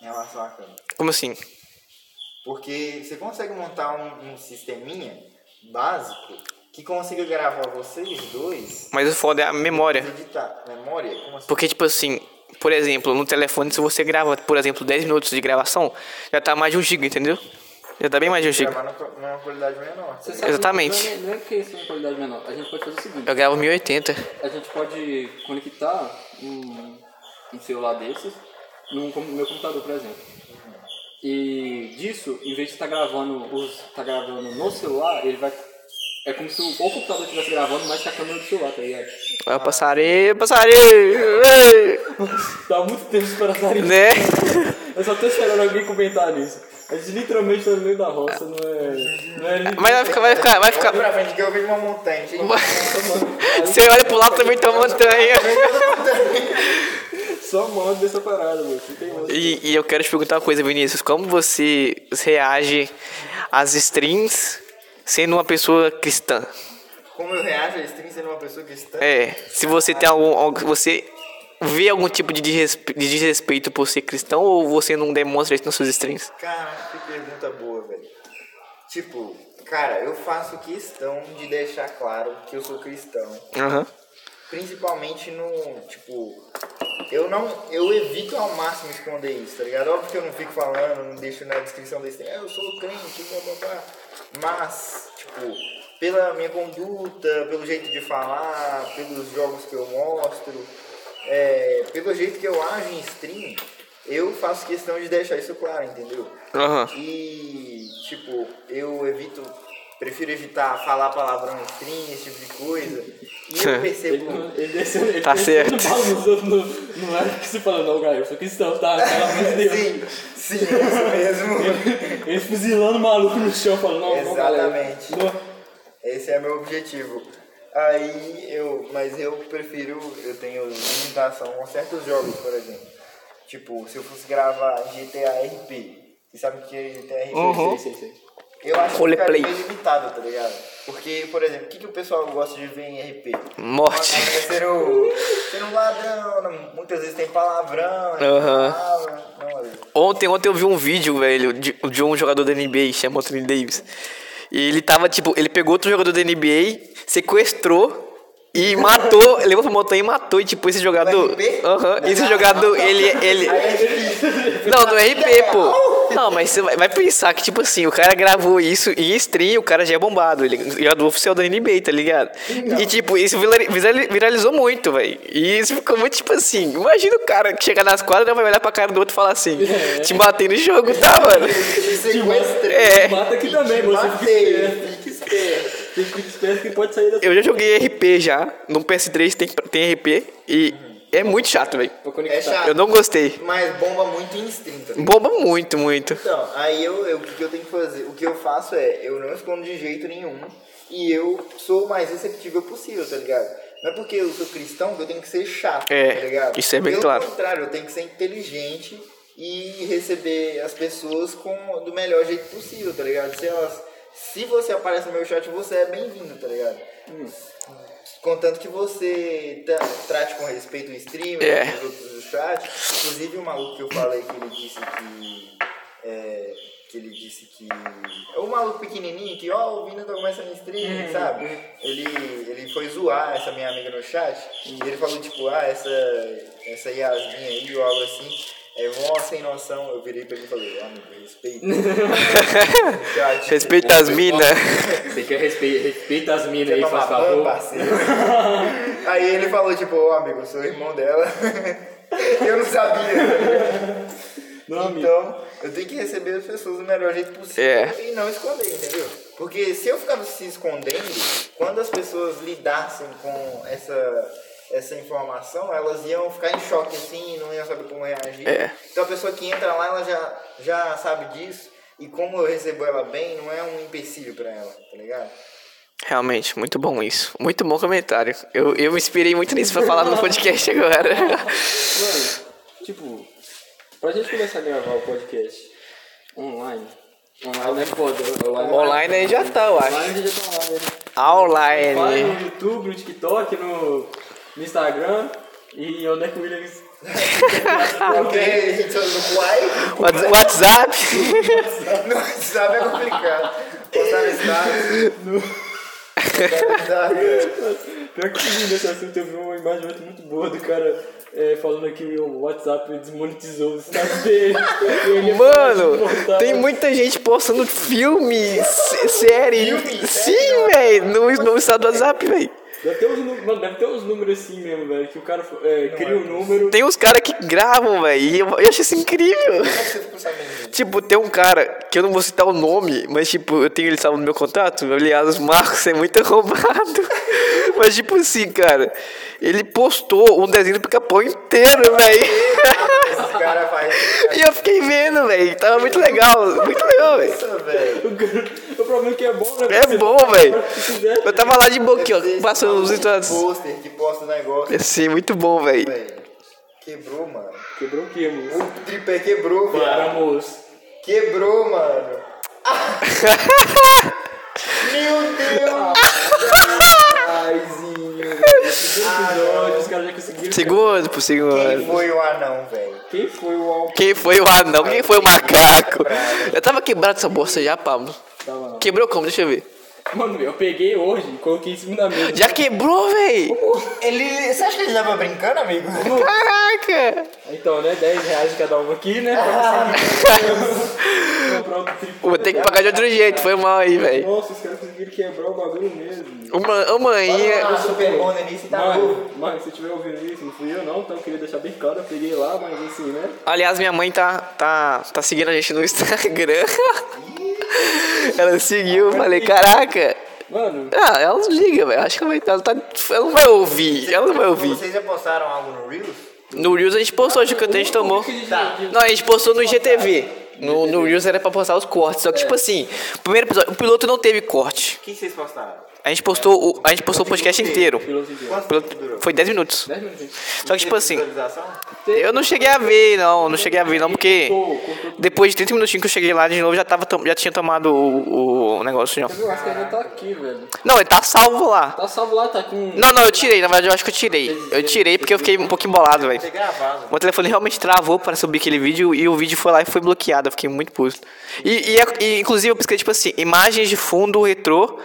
[SPEAKER 3] Em relação à câmera.
[SPEAKER 1] Como assim?
[SPEAKER 3] Porque você consegue montar um, um sisteminha básico que consiga gravar vocês dois
[SPEAKER 1] Mas o foda é a
[SPEAKER 3] e
[SPEAKER 1] memória.
[SPEAKER 3] editar. Memória? Como assim?
[SPEAKER 1] Porque, tipo assim, por exemplo, no telefone, se você grava, por exemplo, 10 minutos de gravação, já tá mais de um giga, entendeu? Já tá bem mais de um giga.
[SPEAKER 3] Gravar na- numa qualidade menor. tá
[SPEAKER 2] Você
[SPEAKER 3] ligado?
[SPEAKER 2] sabe,
[SPEAKER 1] Exatamente.
[SPEAKER 2] Não é, não é questão de qualidade menor. A gente pode fazer o seguinte.
[SPEAKER 1] Eu gravo 1080.
[SPEAKER 2] a gente pode conectar um, um celular desses no meu computador, por exemplo. E disso, em vez de estar gravando, os, tá gravando no celular, ele vai. É como se o, o computador estivesse gravando, mas com a câmera do celular, tá ligado?
[SPEAKER 1] Ah, passarinho, passarinho! ei,
[SPEAKER 2] Dá muito tempo esperando a Sarina.
[SPEAKER 1] Né?
[SPEAKER 2] Eu só tô esperando alguém comentar nisso. A gente literalmente tá no meio da roça, não é. Não é ninguém.
[SPEAKER 1] Mas vai ficar, vai ficar, vai
[SPEAKER 3] Olha
[SPEAKER 1] ficar.
[SPEAKER 3] pra frente que eu vejo uma montanha, gente.
[SPEAKER 1] Você olha pro lado também tem uma montanha.
[SPEAKER 2] Só manda dessa parada, mano. Não tem outra.
[SPEAKER 1] E, e eu quero te perguntar uma coisa, Vinícius. Como você reage às strings sendo uma pessoa cristã?
[SPEAKER 3] Como eu reajo a stream sendo uma pessoa cristã?
[SPEAKER 1] É, se você tem algum, algo- você vê algum tipo de desrespe- de desrespeito por ser cristão ou você não demonstra isso nas suas strings?
[SPEAKER 3] Cara, que pergunta boa, velho. Tipo, cara, eu faço questão de deixar claro que eu sou cristão.
[SPEAKER 1] Aham.
[SPEAKER 3] Principalmente no, tipo, eu não, eu evito ao máximo esconder isso, tá ligado? Óbvio que eu não fico falando, não deixo na descrição desse, ah, eu sou crente, blá, blá, blá. Mas, tipo, pela minha conduta, pelo jeito de falar, pelos jogos que eu mostro, é, pelo jeito que eu ajo em stream, eu faço questão de deixar isso claro, entendeu?
[SPEAKER 1] Aham.
[SPEAKER 3] E, tipo, eu evito, prefiro evitar falar palavrão em stream, esse tipo de coisa. E eu
[SPEAKER 2] Ele,
[SPEAKER 3] percebo,
[SPEAKER 2] não- ele desceu, ele
[SPEAKER 1] Tá
[SPEAKER 2] desceu
[SPEAKER 1] certo.
[SPEAKER 2] no pau nos outros, Não, não é que se fala, não, cara, eu sou cristão, tá? Pelo amor de Deus.
[SPEAKER 3] Sim, sim, é isso mesmo.
[SPEAKER 2] Ele fuzilando o maluco no chão, falando, não, não, galera.
[SPEAKER 3] Exatamente.
[SPEAKER 2] Não.
[SPEAKER 3] Esse é meu objetivo. Aí eu, mas eu prefiro, eu tenho limitação com certos jogos, por exemplo. Tipo, se eu fosse gravar GTA RP, e sabe o que é GTA RP?
[SPEAKER 1] Uhum.
[SPEAKER 2] Sei, sei, sei.
[SPEAKER 3] Eu acho que
[SPEAKER 1] Roleplay.
[SPEAKER 3] ficaria meio limitado, tá ligado? Porque, por exemplo, o que, que o pessoal gosta de ver em RP?
[SPEAKER 1] Morte.
[SPEAKER 3] Uma galera Sendo, sendo um ladrão, muitas vezes tem palavrão, né?
[SPEAKER 1] Aham.
[SPEAKER 3] fala, não, olha,
[SPEAKER 1] Ontem, ontem eu vi um vídeo, velho, de, de um jogador da NBA, chama Anthony Davis. E ele tava, tipo, ele pegou outro jogador da NBA, sequestrou e matou, levou pra montanha e matou. E, tipo, esse jogador.
[SPEAKER 3] RP?
[SPEAKER 1] Aham, esse jogador, ele. ele
[SPEAKER 3] aí é difícil.
[SPEAKER 1] não, no RP, pô. Não, mas você vai, vai pensar que, tipo assim, o cara gravou isso em stream, o cara já é bombado. Ele é jogador oficial da NBA, tá ligado? E, tipo, isso virali- virali- viralizou muito, velho. E isso ficou muito, tipo assim, imagina o cara que chega nas quadras, vai olhar pra cara do outro e falar assim, te matei no jogo, tá, mano?
[SPEAKER 3] Te sequestrei.
[SPEAKER 1] É.
[SPEAKER 2] Mata aqui também,
[SPEAKER 3] Te
[SPEAKER 2] você fica esperto.
[SPEAKER 3] matei, fique esperto.
[SPEAKER 2] Você fica esperto que pode sair da
[SPEAKER 1] Eu já joguei RP já, no PS3 tem, tem RP, e é muito chato, velho.
[SPEAKER 2] Pra
[SPEAKER 3] É
[SPEAKER 2] conectar.
[SPEAKER 3] chato.
[SPEAKER 1] Eu não gostei.
[SPEAKER 3] Mas bomba muito em stream, tá ligado?
[SPEAKER 1] Bomba muito, muito.
[SPEAKER 3] Então, aí eu, eu- o que eu tenho que fazer? O que eu faço é, eu não escondo de jeito nenhum e eu sou o mais receptível possível, tá ligado? Não é porque eu sou cristão que eu tenho que ser chato,
[SPEAKER 1] É,
[SPEAKER 3] tá ligado?
[SPEAKER 1] isso é bem
[SPEAKER 3] Pelo
[SPEAKER 1] claro.
[SPEAKER 3] contrário, eu tenho que ser inteligente e receber as pessoas com do melhor jeito possível, tá ligado? Se elas. Se você aparece no meu chat, você é bem-vindo, tá ligado? Contanto que você tra- trate com respeito o streamer,
[SPEAKER 1] É.
[SPEAKER 3] os outros do chat. Inclusive o maluco que eu falei que ele disse que. é, que ele disse que. É o maluco pequenininho que, ó, o Vina tá começando a stream, sabe? Ele, ele foi zoar essa minha amiga no chat. E ele falou, tipo, ah, essa, essa Yasmin aí ou algo assim. É mó sem noção, eu virei pra ele e falei, ah, amigo, respeita. Chat,
[SPEAKER 1] Respeita
[SPEAKER 3] tipo,
[SPEAKER 1] as minas.
[SPEAKER 2] Você quer respeita, respeita as minas
[SPEAKER 3] Quer
[SPEAKER 2] aí,
[SPEAKER 3] tomar
[SPEAKER 2] faz
[SPEAKER 3] ban,
[SPEAKER 2] favor.
[SPEAKER 3] tá parceiro? Aí ele falou, tipo, ô amigo, eu sou irmão dela. Eu não sabia.
[SPEAKER 2] Não, amigo.
[SPEAKER 3] Então, eu tenho que receber as pessoas do melhor jeito possível
[SPEAKER 1] É.
[SPEAKER 3] e não esconder, entendeu? Porque se eu ficar se escondendo, quando as pessoas lidassem com essa, essa informação, elas iam ficar em choque assim e não iam saber como reagir.
[SPEAKER 1] É.
[SPEAKER 3] Então a pessoa que entra lá, ela já, já sabe disso. E como eu recebo ela bem, não é um empecilho pra ela, tá ligado?
[SPEAKER 1] Realmente, muito bom isso. Muito bom comentário. Eu, eu me inspirei muito nisso pra falar no podcast agora.
[SPEAKER 2] Mano, tipo, pra gente começar a gravar o podcast online. Online é foda. Online,
[SPEAKER 1] Online aí já tá, eu acho. É.
[SPEAKER 2] Online já tá online. né? Vai
[SPEAKER 1] Online.
[SPEAKER 2] no YouTube, no TikTok, no, no Instagram. E onde é que o Williams
[SPEAKER 3] Porque a gente usa o Uai.
[SPEAKER 1] Whats- WhatsApp.
[SPEAKER 3] Não, sabe é complicado. Postar no status. Postar no status.
[SPEAKER 2] Pior que seguindo esse assunto, eu vi uma imagem muito, muito boa do cara é, falando que o WhatsApp desmonetizou o estado dele. E ele assim, ia falar de
[SPEAKER 1] Mano,
[SPEAKER 2] voltar.
[SPEAKER 1] tem muita gente postando filme, sé- série.
[SPEAKER 3] Filme, série,
[SPEAKER 1] Sim, velho. No, no estado do WhatsApp, velho.
[SPEAKER 2] Deve ter uns, nu- mano, deve ter uns números assim mesmo, velho. Que o cara é, cria um número.
[SPEAKER 1] Tem uns caras que gravam, velho. E eu, eu acho isso incrível.
[SPEAKER 3] Como é que você ficou sabendo disso?
[SPEAKER 1] Tipo, tem um cara que eu não vou citar o nome, mas tipo, eu tenho ele salvo no meu contato. Aliás, Marcos é muito roubado. mas tipo assim, cara, ele postou um desenho do pica-pau inteiro, velho.
[SPEAKER 3] Esse cara faz.
[SPEAKER 1] e eu fiquei vendo, velho. Tava muito legal, muito legal, velho.
[SPEAKER 3] Nossa, velho.
[SPEAKER 2] O cara- o problema é que é bom, né?
[SPEAKER 1] É bom, velho.
[SPEAKER 2] Se quiser.
[SPEAKER 1] Eu tava lá de boa aqui, ó,
[SPEAKER 3] Esse
[SPEAKER 1] passando os
[SPEAKER 3] maluco
[SPEAKER 1] resultados.
[SPEAKER 3] Poster que posta negócio,
[SPEAKER 1] Assim, muito bom, velho.
[SPEAKER 3] velho. Quebrou, mano.
[SPEAKER 2] Quebrou o quê, moço?
[SPEAKER 3] O tripé quebrou,
[SPEAKER 2] Para,
[SPEAKER 3] velho.
[SPEAKER 2] moço.
[SPEAKER 3] Quebrou, mano. Meu Deus!
[SPEAKER 2] Aizinho, velho. Esse episódio, os caras já conseguiram.
[SPEAKER 1] Segundo por
[SPEAKER 3] Quem
[SPEAKER 1] segundo.
[SPEAKER 3] foi o anão, velho?
[SPEAKER 2] Quem foi o Al?
[SPEAKER 1] Quem foi o anão? Quem foi o macaco? Eu tava quebrado essa bolsa já, Pablo.
[SPEAKER 2] Tava lá.
[SPEAKER 1] Quebrou como? Deixa eu ver.
[SPEAKER 2] Mano, eu peguei hoje e coloquei em cima da mesa.
[SPEAKER 1] Já quebrou, velho.
[SPEAKER 3] Ele. Você acha que ele tava brincando, amigo?
[SPEAKER 1] Caraca!
[SPEAKER 2] Então, né? 10 reais cada um aqui, né? Pra conseguir comprar outro tripé.
[SPEAKER 1] Ah. Vou ter que pagar de outro jeito, foi mal aí, velho.
[SPEAKER 2] Nossa, os caras conseguiram quebrar o bagulho mesmo.
[SPEAKER 1] Uma, uma
[SPEAKER 3] Ah,
[SPEAKER 1] inha.
[SPEAKER 3] super bom no início, tá louco.
[SPEAKER 2] Mano, mano, se você estiver ouvindo isso, não fui eu não, então eu queria deixar bem claro, eu peguei lá, mas assim, né?
[SPEAKER 1] Aliás, minha mãe tá, tá, tá seguindo a gente no Instagram. Ela seguiu, eu falei, caraca.
[SPEAKER 2] Mano,
[SPEAKER 1] Ah, ela não liga, velho. Acho que ela, vai- ela, tá, ela não vai ouvir. Ela não vai ouvir.
[SPEAKER 3] Vocês já postaram algo no Reels?
[SPEAKER 1] No Reels a gente postou, acho que a gente tomou. Não, a gente postou no GTV. No, no Reels era pra postar os cortes. Só que, tipo assim, primeiro episódio, o piloto não teve corte.
[SPEAKER 3] O que vocês postaram?
[SPEAKER 1] A gente postou o, a gente postou o podcast inteiro.
[SPEAKER 2] piloto de
[SPEAKER 3] Quanto
[SPEAKER 1] Piloto-
[SPEAKER 3] tempo durou?
[SPEAKER 1] Foi 10 minutos.
[SPEAKER 2] 10 minutos.
[SPEAKER 1] Só que, tipo assim,
[SPEAKER 3] Visualização?
[SPEAKER 1] eu não cheguei a ver, não. Não cheguei a ver, não, porque
[SPEAKER 2] Cortou, cortou tudo.
[SPEAKER 1] depois de 30 minutinhos que eu cheguei lá de novo, já, tava, tom- já tinha tomado o, o negócio. Já.
[SPEAKER 2] Eu acho que ainda tá aqui, velho.
[SPEAKER 1] Não, ele tá salvo lá.
[SPEAKER 2] Tá salvo lá, tá com...
[SPEAKER 1] Não, não, eu tirei. Na verdade, eu acho que eu tirei. Eu tirei porque eu fiquei um pouquinho bolado, velho.
[SPEAKER 3] Ter gravado.
[SPEAKER 1] Meu telefone realmente travou para subir aquele vídeo e o vídeo foi lá e foi bloqueado. Eu fiquei muito puto. E, e é- e, inclusive eu pesquei, tipo assim, imagens de fundo retrô.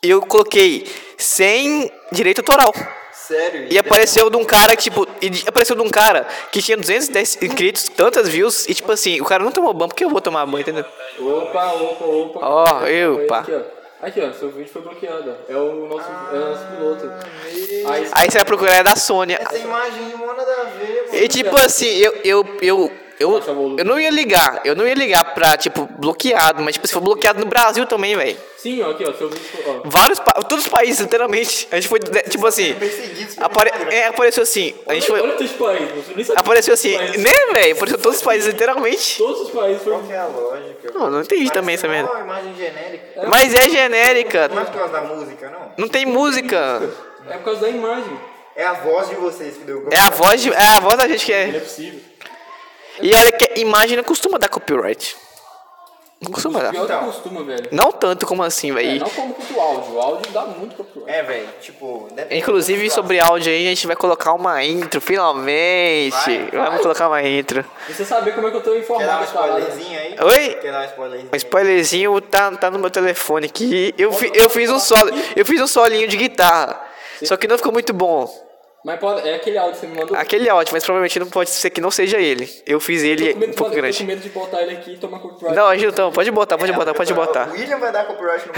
[SPEAKER 1] E eu coloquei sem direito autoral.
[SPEAKER 3] Sério?
[SPEAKER 1] E apareceu de um cara, que, tipo, e de- apareceu de um cara que tinha 210 inscritos, tantas views, e tipo assim, o cara não tomou banho, porque eu vou tomar banho, entendeu?
[SPEAKER 2] Opa, opa, opa.
[SPEAKER 1] Ó,
[SPEAKER 2] Foi
[SPEAKER 1] eu,
[SPEAKER 2] esse
[SPEAKER 1] pá.
[SPEAKER 2] Aqui, ó. Aqui, ó, seu vídeo foi bloqueado. ó. É o nosso, é o nosso piloto.
[SPEAKER 3] Ah,
[SPEAKER 2] Aí,
[SPEAKER 1] Aí você vai procurar é da Sônia.
[SPEAKER 3] Essa imagem de Mona da V, mano.
[SPEAKER 1] E tipo assim, eu, eu, eu, eu, eu não ia ligar, eu não ia ligar pra, tipo, bloqueado, mas tipo, se for bloqueado no Brasil também, velho.
[SPEAKER 2] Sim, ó, aqui, ó, seu vídeo foi... Ó.
[SPEAKER 1] Vários pa- todos os países, literalmente. A gente foi, né, tipo assim.
[SPEAKER 3] Perseguidos pelo
[SPEAKER 1] apare-
[SPEAKER 3] Instagram.
[SPEAKER 1] é, apareceu assim. A gente
[SPEAKER 2] Olha
[SPEAKER 1] foi.
[SPEAKER 2] todos os países, você nem sabe
[SPEAKER 1] Apareceu assim,
[SPEAKER 2] todos os países.
[SPEAKER 1] né, velho? Apareceu todos os países, literalmente.
[SPEAKER 2] Todos os países
[SPEAKER 3] Qual
[SPEAKER 2] foram...
[SPEAKER 3] que é a lógica?
[SPEAKER 1] Não, não entendi também essa
[SPEAKER 3] Parece
[SPEAKER 1] merda.
[SPEAKER 3] é uma imagem genérica.
[SPEAKER 1] Mas é genérica.
[SPEAKER 3] Não é por causa da música, não.
[SPEAKER 1] Não tem música.
[SPEAKER 2] É por causa da imagem.
[SPEAKER 3] É a voz de vocês que deu gol.
[SPEAKER 1] É a voz, de- é a voz da gente que
[SPEAKER 2] Não é
[SPEAKER 1] é.
[SPEAKER 2] possível.
[SPEAKER 1] E olha que imagem não costuma dar copyright. Não costuma dar.
[SPEAKER 2] Pior que
[SPEAKER 3] Então.
[SPEAKER 2] costuma, velho.
[SPEAKER 1] Não tanto como assim,
[SPEAKER 2] É,
[SPEAKER 1] velho.
[SPEAKER 2] não como com o áudio. O áudio dá muito copyright.
[SPEAKER 3] É, velho. Tipo, deve
[SPEAKER 1] Inclusive sobre áudio aí, a gente vai colocar uma intro, finalmente.
[SPEAKER 3] Vai,
[SPEAKER 1] Vamos colocar uma intro.
[SPEAKER 2] E você saber como é que eu tô
[SPEAKER 3] Quer dar um
[SPEAKER 2] informado das paradas.
[SPEAKER 3] spoilerzinho aí?
[SPEAKER 1] Oi?
[SPEAKER 3] Quer dar um spoilerzinho?
[SPEAKER 1] O spoilerzinho tá, tá no meu telefone aqui. Eu, fi- eu fiz um solo, eu fiz um solinho de guitarra. Só que não ficou muito bom.
[SPEAKER 2] Mas pode, é aquele áudio que você me mandou.
[SPEAKER 1] Aquele é ótimo, mas provavelmente não pode ser que não seja ele. Eu fiz ele
[SPEAKER 2] Tô com
[SPEAKER 1] um pouco
[SPEAKER 2] medo, de, tô com
[SPEAKER 1] grande.
[SPEAKER 2] medo de botar ele aqui e tomar copyright.
[SPEAKER 1] Não, gente, então, pode botar, pode botar, pode
[SPEAKER 3] O
[SPEAKER 1] botar.
[SPEAKER 3] William vai dar copyright no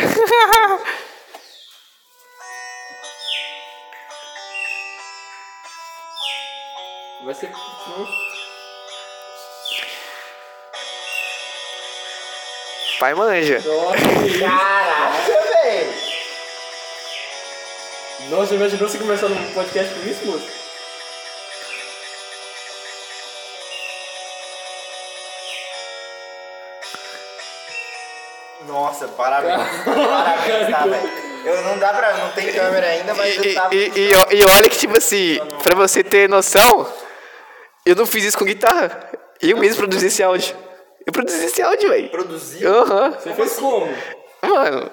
[SPEAKER 2] Vai ser...
[SPEAKER 1] Pai manja.
[SPEAKER 2] Nossa, que isso.
[SPEAKER 3] Caraca, velho!
[SPEAKER 2] Nossa, imaginou você começar um podcast com isso, moço?
[SPEAKER 3] Nossa, parabéns. parabéns, tá, velho? Eu não dá pra. Não tem câmera ainda,
[SPEAKER 1] E,
[SPEAKER 3] mas eu tava.
[SPEAKER 1] e- e- e ó- e olha que, tipo assim, pra você ter noção, eu não fiz isso com guitarra. Eu mesmo produzi esse áudio. Eu produzi esse áudio, velho.
[SPEAKER 3] Produzir.
[SPEAKER 1] Aham.
[SPEAKER 2] Você fez como?
[SPEAKER 1] Mano,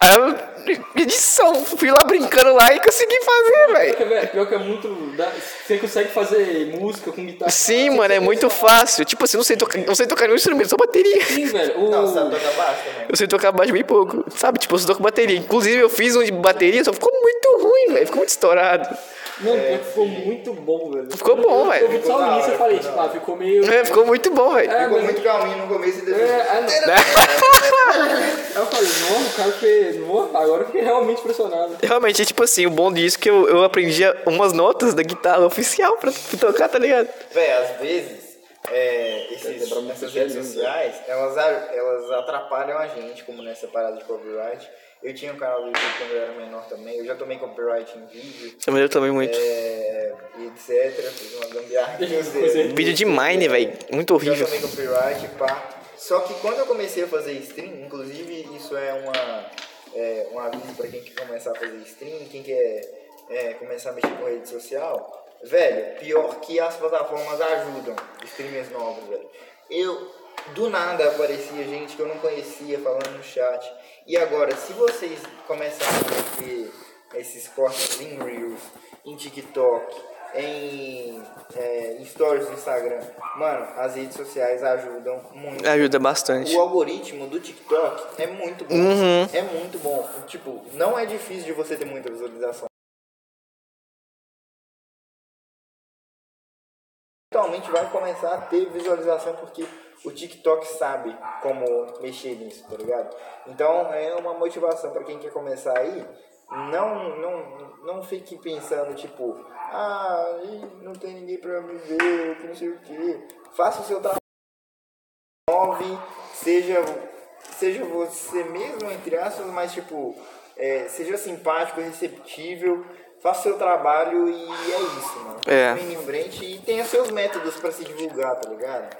[SPEAKER 1] a edição, fui lá brincando lá e consegui fazer,
[SPEAKER 2] Pior
[SPEAKER 1] velho.
[SPEAKER 2] que, velho, pior que é muito... dá- Você consegue fazer música com guitarra.
[SPEAKER 1] Sim, mano, é muito fácil. Tipo assim, não sei tocar, não sei tocar nenhum instrumento, só bateria.
[SPEAKER 2] Sim, velho. O...
[SPEAKER 3] Não, sabe tocar baixo também.
[SPEAKER 1] Eu sei tocar baixo bem pouco, sabe? Tipo, eu só toco bateria. Inclusive, eu fiz um de bateria, só ficou muito ruim, velho. Ficou muito estourado.
[SPEAKER 2] Mano,
[SPEAKER 3] é,
[SPEAKER 2] pior que ficou muito bom, velho.
[SPEAKER 1] Ficou bom, velho.
[SPEAKER 2] Eu vi só o início e falei, tipo, ah, ficou meio...
[SPEAKER 1] É, ficou muito bom, velho.
[SPEAKER 2] É,
[SPEAKER 3] Ficou
[SPEAKER 2] mas-
[SPEAKER 1] Né?
[SPEAKER 3] muito calminho no começo e
[SPEAKER 2] É,
[SPEAKER 3] depois.
[SPEAKER 2] é, não. Aí eu falei, não, cara, porque, nossa, agora eu fiquei realmente impressionado.
[SPEAKER 1] Realmente, é tipo assim, o bom disso é que eu, eu aprendi umas notas da guitarra oficial pra tocar, tá ligado?
[SPEAKER 3] Véi, às vezes, é, esses, essas redes sociais, elas, a- elas atrapalham a gente, como nessa parada de copyright. Eu tinha um canal do YouTube quando eu era menor também, eu já tomei copyright em vídeo,
[SPEAKER 1] Também eu também muito.
[SPEAKER 3] é, e etc. Fiz uma gambiarra que eu usei.
[SPEAKER 2] Coisa
[SPEAKER 1] Vídeo de Mine, velho. Muito
[SPEAKER 3] Já
[SPEAKER 1] horrível.
[SPEAKER 3] tomei copyright, pá. Só que quando eu comecei a fazer stream, inclusive isso é uma é, um aviso pra quem quer começar a fazer stream, quem quer é, começar a mexer com rede social, velho, pior que as plataformas ajudam, streamers novos, velho. Eu, do nada aparecia gente que eu não conhecia falando no chat. E agora, se vocês começarem a ter esses cortes em Reels, em TikTok, em, é, em stories do Instagram. Mano, as redes sociais ajudam muito.
[SPEAKER 1] Ajuda bastante.
[SPEAKER 3] O algoritmo do TikTok é muito bom.
[SPEAKER 1] Uhum.
[SPEAKER 3] É muito bom. Tipo, não é difícil de você ter muita visualização. Eventualmente vai começar a ter visualização porque o TikTok sabe como mexer nisso, tá ligado? Então é uma motivação pra quem quer começar aí. Não, não, não fique pensando, tipo, ah, ih, não tem ninguém pra me ver, que não sei o quê. Faça o seu trabalho nove, seja, seja você mesmo, entre aspas, mas tipo, é, seja simpático, receptível, faça seu trabalho e é isso, mano.
[SPEAKER 1] É.
[SPEAKER 3] Vem em frente e tenha seus métodos pra se divulgar, tá ligado?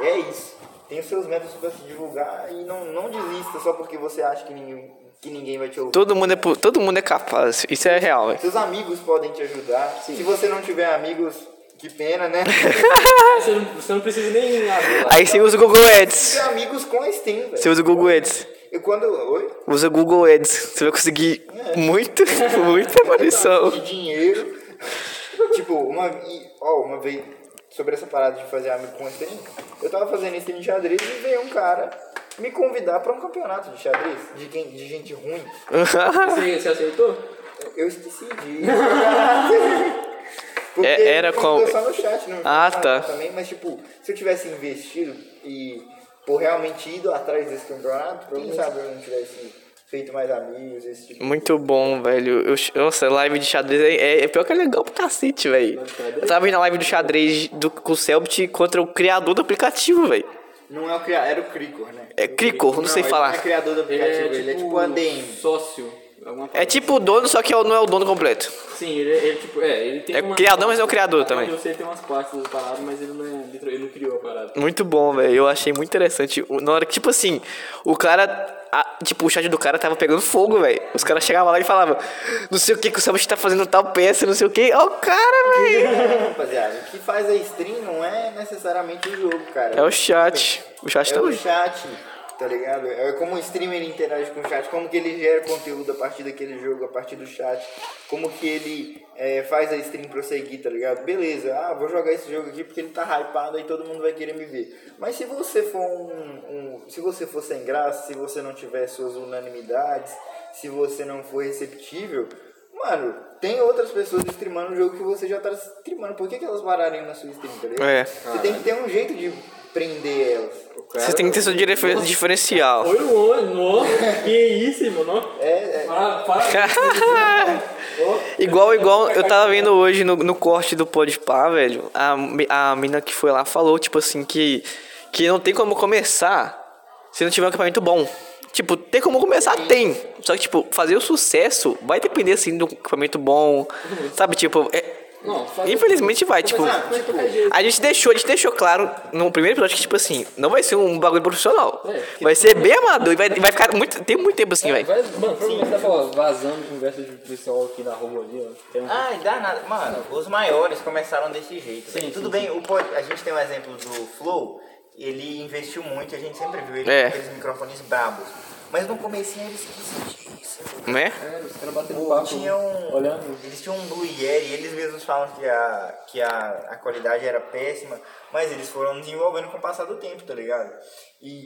[SPEAKER 3] É isso. Tenha seus métodos pra se divulgar e não, não desista só porque você acha que ninguém, que ninguém vai te ouvir.
[SPEAKER 1] Todo mundo é, pu- todo mundo é capaz. Isso é real, velho.
[SPEAKER 3] Seus amigos podem te ajudar. Se você não tiver amigos, que pena, né?
[SPEAKER 1] Tá.
[SPEAKER 2] Você não, você não precisa nem abrir lá.
[SPEAKER 1] Aí você usa o Google
[SPEAKER 3] Tem
[SPEAKER 1] Ads.
[SPEAKER 3] amigos com a Steam,
[SPEAKER 1] Você
[SPEAKER 3] velho.
[SPEAKER 1] usa o Google Ads.
[SPEAKER 3] E quando. Oi?
[SPEAKER 1] Usa o Google Ads. Você vai conseguir muito, muita aparição.
[SPEAKER 3] de dinheiro. tipo, uma, e, ó, uma vez, sobre essa parada de fazer amigo com stream, eu tava fazendo stream de xadrez e veio um cara me convidar pra um campeonato de xadrez, de, quem, de gente ruim.
[SPEAKER 2] Você, você aceitou?
[SPEAKER 3] Eu esqueci de ir. Porque
[SPEAKER 1] É, era
[SPEAKER 3] ele mandou
[SPEAKER 1] qual-
[SPEAKER 3] só no chat, não
[SPEAKER 1] Ah,
[SPEAKER 3] não,
[SPEAKER 1] tá.
[SPEAKER 3] Também, mas, tipo, se eu tivesse investido e por realmente ido atrás desse campeonato, quem sabe eu não tivesse feito mais amigos, esse tipo
[SPEAKER 1] Muito bom, velho. Eu, nossa, live de xadrez é, é- é pior que é legal pro cacete, velho. Eu tava vendo a live do xadrez do, com o Selbit contra o criador do aplicativo, velho.
[SPEAKER 3] Não é o criador, era o Cricor, né?
[SPEAKER 1] É Cricor, não sei
[SPEAKER 3] ele
[SPEAKER 1] falar.
[SPEAKER 3] Não é criador do aplicativo, ele é tipo ADM.
[SPEAKER 2] sócio. alguma
[SPEAKER 1] É
[SPEAKER 2] coisa.
[SPEAKER 1] tipo o dono, só que é o- não é o dono completo.
[SPEAKER 2] Sim, ele, ele, tipo, é, ele tem
[SPEAKER 1] É
[SPEAKER 2] uma...
[SPEAKER 1] criador, mas é o criador
[SPEAKER 2] Apesar
[SPEAKER 1] também.
[SPEAKER 2] de Eu sei que tem umas partes da parada, mas ele não, é- ele não criou a parada.
[SPEAKER 1] Muito bom, velho. Eu achei muito interessante. O- Na hora que, tipo assim, o cara. a- tipo, o chat do cara tava pegando fogo, velho. Os caras chegavam lá e falavam, não sei o que que o Selbit tá fazendo tal peça, não sei o que. Ó, o cara, velho.
[SPEAKER 3] Rapaziada, o que faz a stream não é necessariamente o jogo, cara.
[SPEAKER 1] É o chat. O chat
[SPEAKER 3] É o
[SPEAKER 1] também.
[SPEAKER 3] chat, tá ligado? É como o streamer interage com o chat, como que ele gera conteúdo a partir daquele jogo, a partir do chat, como que ele é, faz a stream prosseguir, tá ligado? Beleza, ah, vou jogar esse jogo aqui porque ele tá hypado e todo mundo vai querer me ver. Mas se você for um, um- se você for sem graça, se você não tiver suas unanimidades, se você não for receptível, mano, tem outras pessoas streamando o jogo que você já tá streamando. Por que, que elas pararem na sua stream, tá ligado?
[SPEAKER 1] É.
[SPEAKER 3] Você tem que ter um jeito de prender elas.
[SPEAKER 1] Você tem que ter seu direfe- diferencial.
[SPEAKER 2] Oi, Luan, nossa, um que isso, irmão, não?
[SPEAKER 3] É, é,
[SPEAKER 2] Para, para.
[SPEAKER 1] Igual, igual, eu tava vendo hoje no, no corte do Podpah, velho, a, mi- a mina que foi lá falou, tipo assim, que, que não tem como começar se não tiver um equipamento bom. Tipo, tem como começar? Tem. Só que, tipo, fazer o sucesso vai depender, assim, do equipamento bom, sabe? Tipo, é-
[SPEAKER 2] Não, faz-
[SPEAKER 1] infelizmente vai, tipo...
[SPEAKER 2] Começar, começar de qualquer jeito.
[SPEAKER 1] A gente deixou, a gente deixou claro no primeiro episódio que, tipo assim, não vai ser um bagulho profissional.
[SPEAKER 2] É.
[SPEAKER 1] Vai ser bem amador e vai, vai ficar muito, tem muito tempo assim, velho.
[SPEAKER 2] Vai- Mano, você começar ó, vazando conversa de pessoal aqui na rua ali, ó. Tem um...
[SPEAKER 3] Ai, dá nada. Mano, os maiores começaram desse jeito. velho.
[SPEAKER 2] Sim,
[SPEAKER 3] Tudo
[SPEAKER 2] sim,
[SPEAKER 3] bem, o pod... a gente tem um exemplo do Flow, ele investiu muito, a gente sempre viu ele
[SPEAKER 1] É.
[SPEAKER 3] com aqueles microfones brabos. Mas no comecinho eles esquisitíssimos.
[SPEAKER 1] Né?
[SPEAKER 2] É, os caras batendo papo,
[SPEAKER 3] Tinha um,
[SPEAKER 2] olhando.
[SPEAKER 3] eles tinham um Blue Yeti, eles mesmos falam que, a, que a, a qualidade era péssima, mas eles foram desenvolvendo com o passar do tempo, tá ligado? E,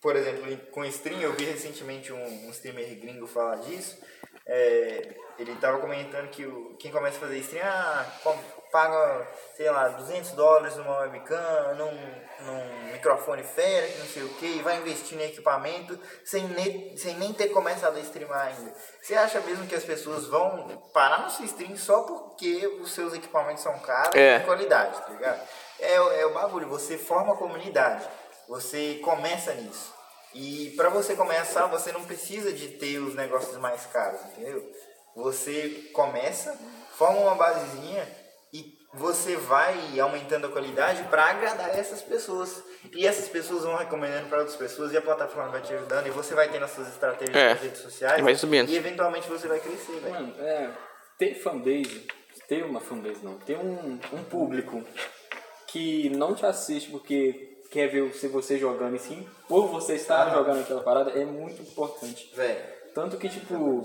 [SPEAKER 3] por exemplo, em- com stream, eu vi recentemente um, um streamer gringo falar disso, é, ele tava comentando que o, quem começa a fazer stream, ah, com- paga, sei lá, 200 dólares numa webcam, num, num microfone fera, que não sei o que, e vai investir em equipamento sem, ne, sem nem ter começado a streamar ainda. Você acha mesmo que as pessoas vão parar no seu stream só porque os seus equipamentos são caros
[SPEAKER 1] É.
[SPEAKER 3] e qualidade, tá ligado? É, o- é o bagulho, você forma a comunidade, você começa nisso. E pra você começar, você não precisa de ter os negócios mais caros, entendeu? Você começa, forma uma basezinha e você vai aumentando a qualidade pra agradar essas pessoas. E essas pessoas vão recomendando pra outras pessoas e a plataforma vai te ajudando e você vai tendo as suas estratégias
[SPEAKER 1] É.
[SPEAKER 3] nas redes sociais.
[SPEAKER 1] E vai subindo.
[SPEAKER 3] E eventualmente você vai crescer, né? velho.
[SPEAKER 2] Mano, é. Ter fanbase. Ter uma fanbase não. Ter um, um público que não te assiste porque quer ver se você jogando e sim por você estar jogando aquela parada é muito importante.
[SPEAKER 3] Velho.
[SPEAKER 2] Tanto que, tipo,